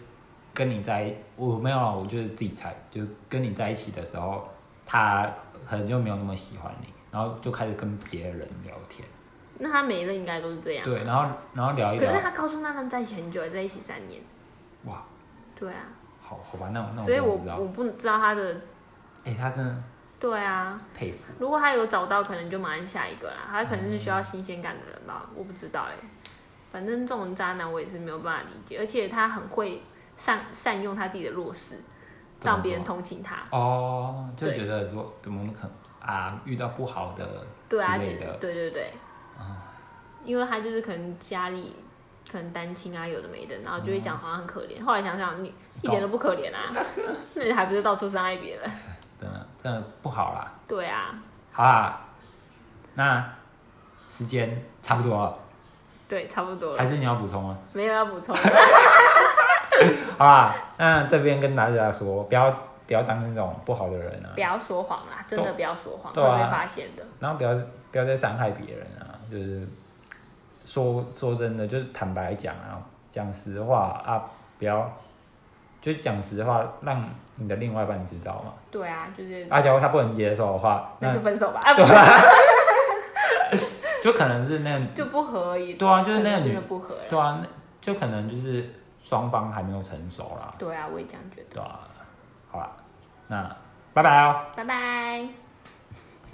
A: 跟你在一，我没有啊，我就是自己猜，就跟你在一起的时候，他可能就没有那么喜欢你，然后就开始跟别人聊天，
B: 那他每一任应该都是这样。
A: 对，啊然后然后聊一
B: 可
A: 聊
B: 是，他高中那段在一起很久，在一起三年。
A: 哇，
B: 对啊，
A: 好好吧，那我那我
B: 所以
A: 真的
B: 我
A: 不知道
B: 我，不知道他的。
A: 哎、他真的
B: 对啊，
A: 佩服，
B: 如果他有找到，可能就马上下一个啦。他可能是需要新鲜感的人吧，
A: 嗯
B: 我不知道哎、反正这种渣男我也是没有办法理解，而且他很会善善用他自己的弱势，
A: 怎么
B: 让别人
A: 说
B: 同情他。
A: 哦，就
B: 对
A: 觉得说怎么可能啊，遇到不好的
B: 对啊，
A: 之
B: 就
A: 类
B: 是
A: 的啊
B: 对对对，因为他就是可能家里可能单亲啊，有的没的，然后就会
A: 嗯
B: 讲好像很可怜。后来想想，你一点都不可怜啊， 那你还不是到处伤害别人？
A: 真的真的不好啦。
B: 对啊，
A: 好啦，那时间差不多了，
B: 对，差不多
A: 还
B: 了，
A: 是你要补充吗？
B: 没有要补充了。
A: 好啦，那这边跟大家说，不要不要当那种不好的人啊
B: 不，要说谎啦，真的不要说谎，会
A: 对啊
B: 被发现的。
A: 然后不要不要再伤害别人啊，就是说说真的，就是坦白讲啊，讲实话啊，不要就讲实话，让你的另外一半知道嘛。
B: 对啊，就是
A: 啊，假如他不能接受的话，
B: 那
A: 那
B: 就分手吧， 啊，不
A: 对
B: 是
A: 啊， 就可能是那
B: 就不合而已。
A: 对啊就是那个
B: 可能
A: 女
B: 真的不合
A: 对
B: 了。
A: 啊，那就可能就是双方还没有成熟啦。
B: 对啊，我也这样觉得。
A: 对啊，好啦，那拜拜哦。
B: 拜拜。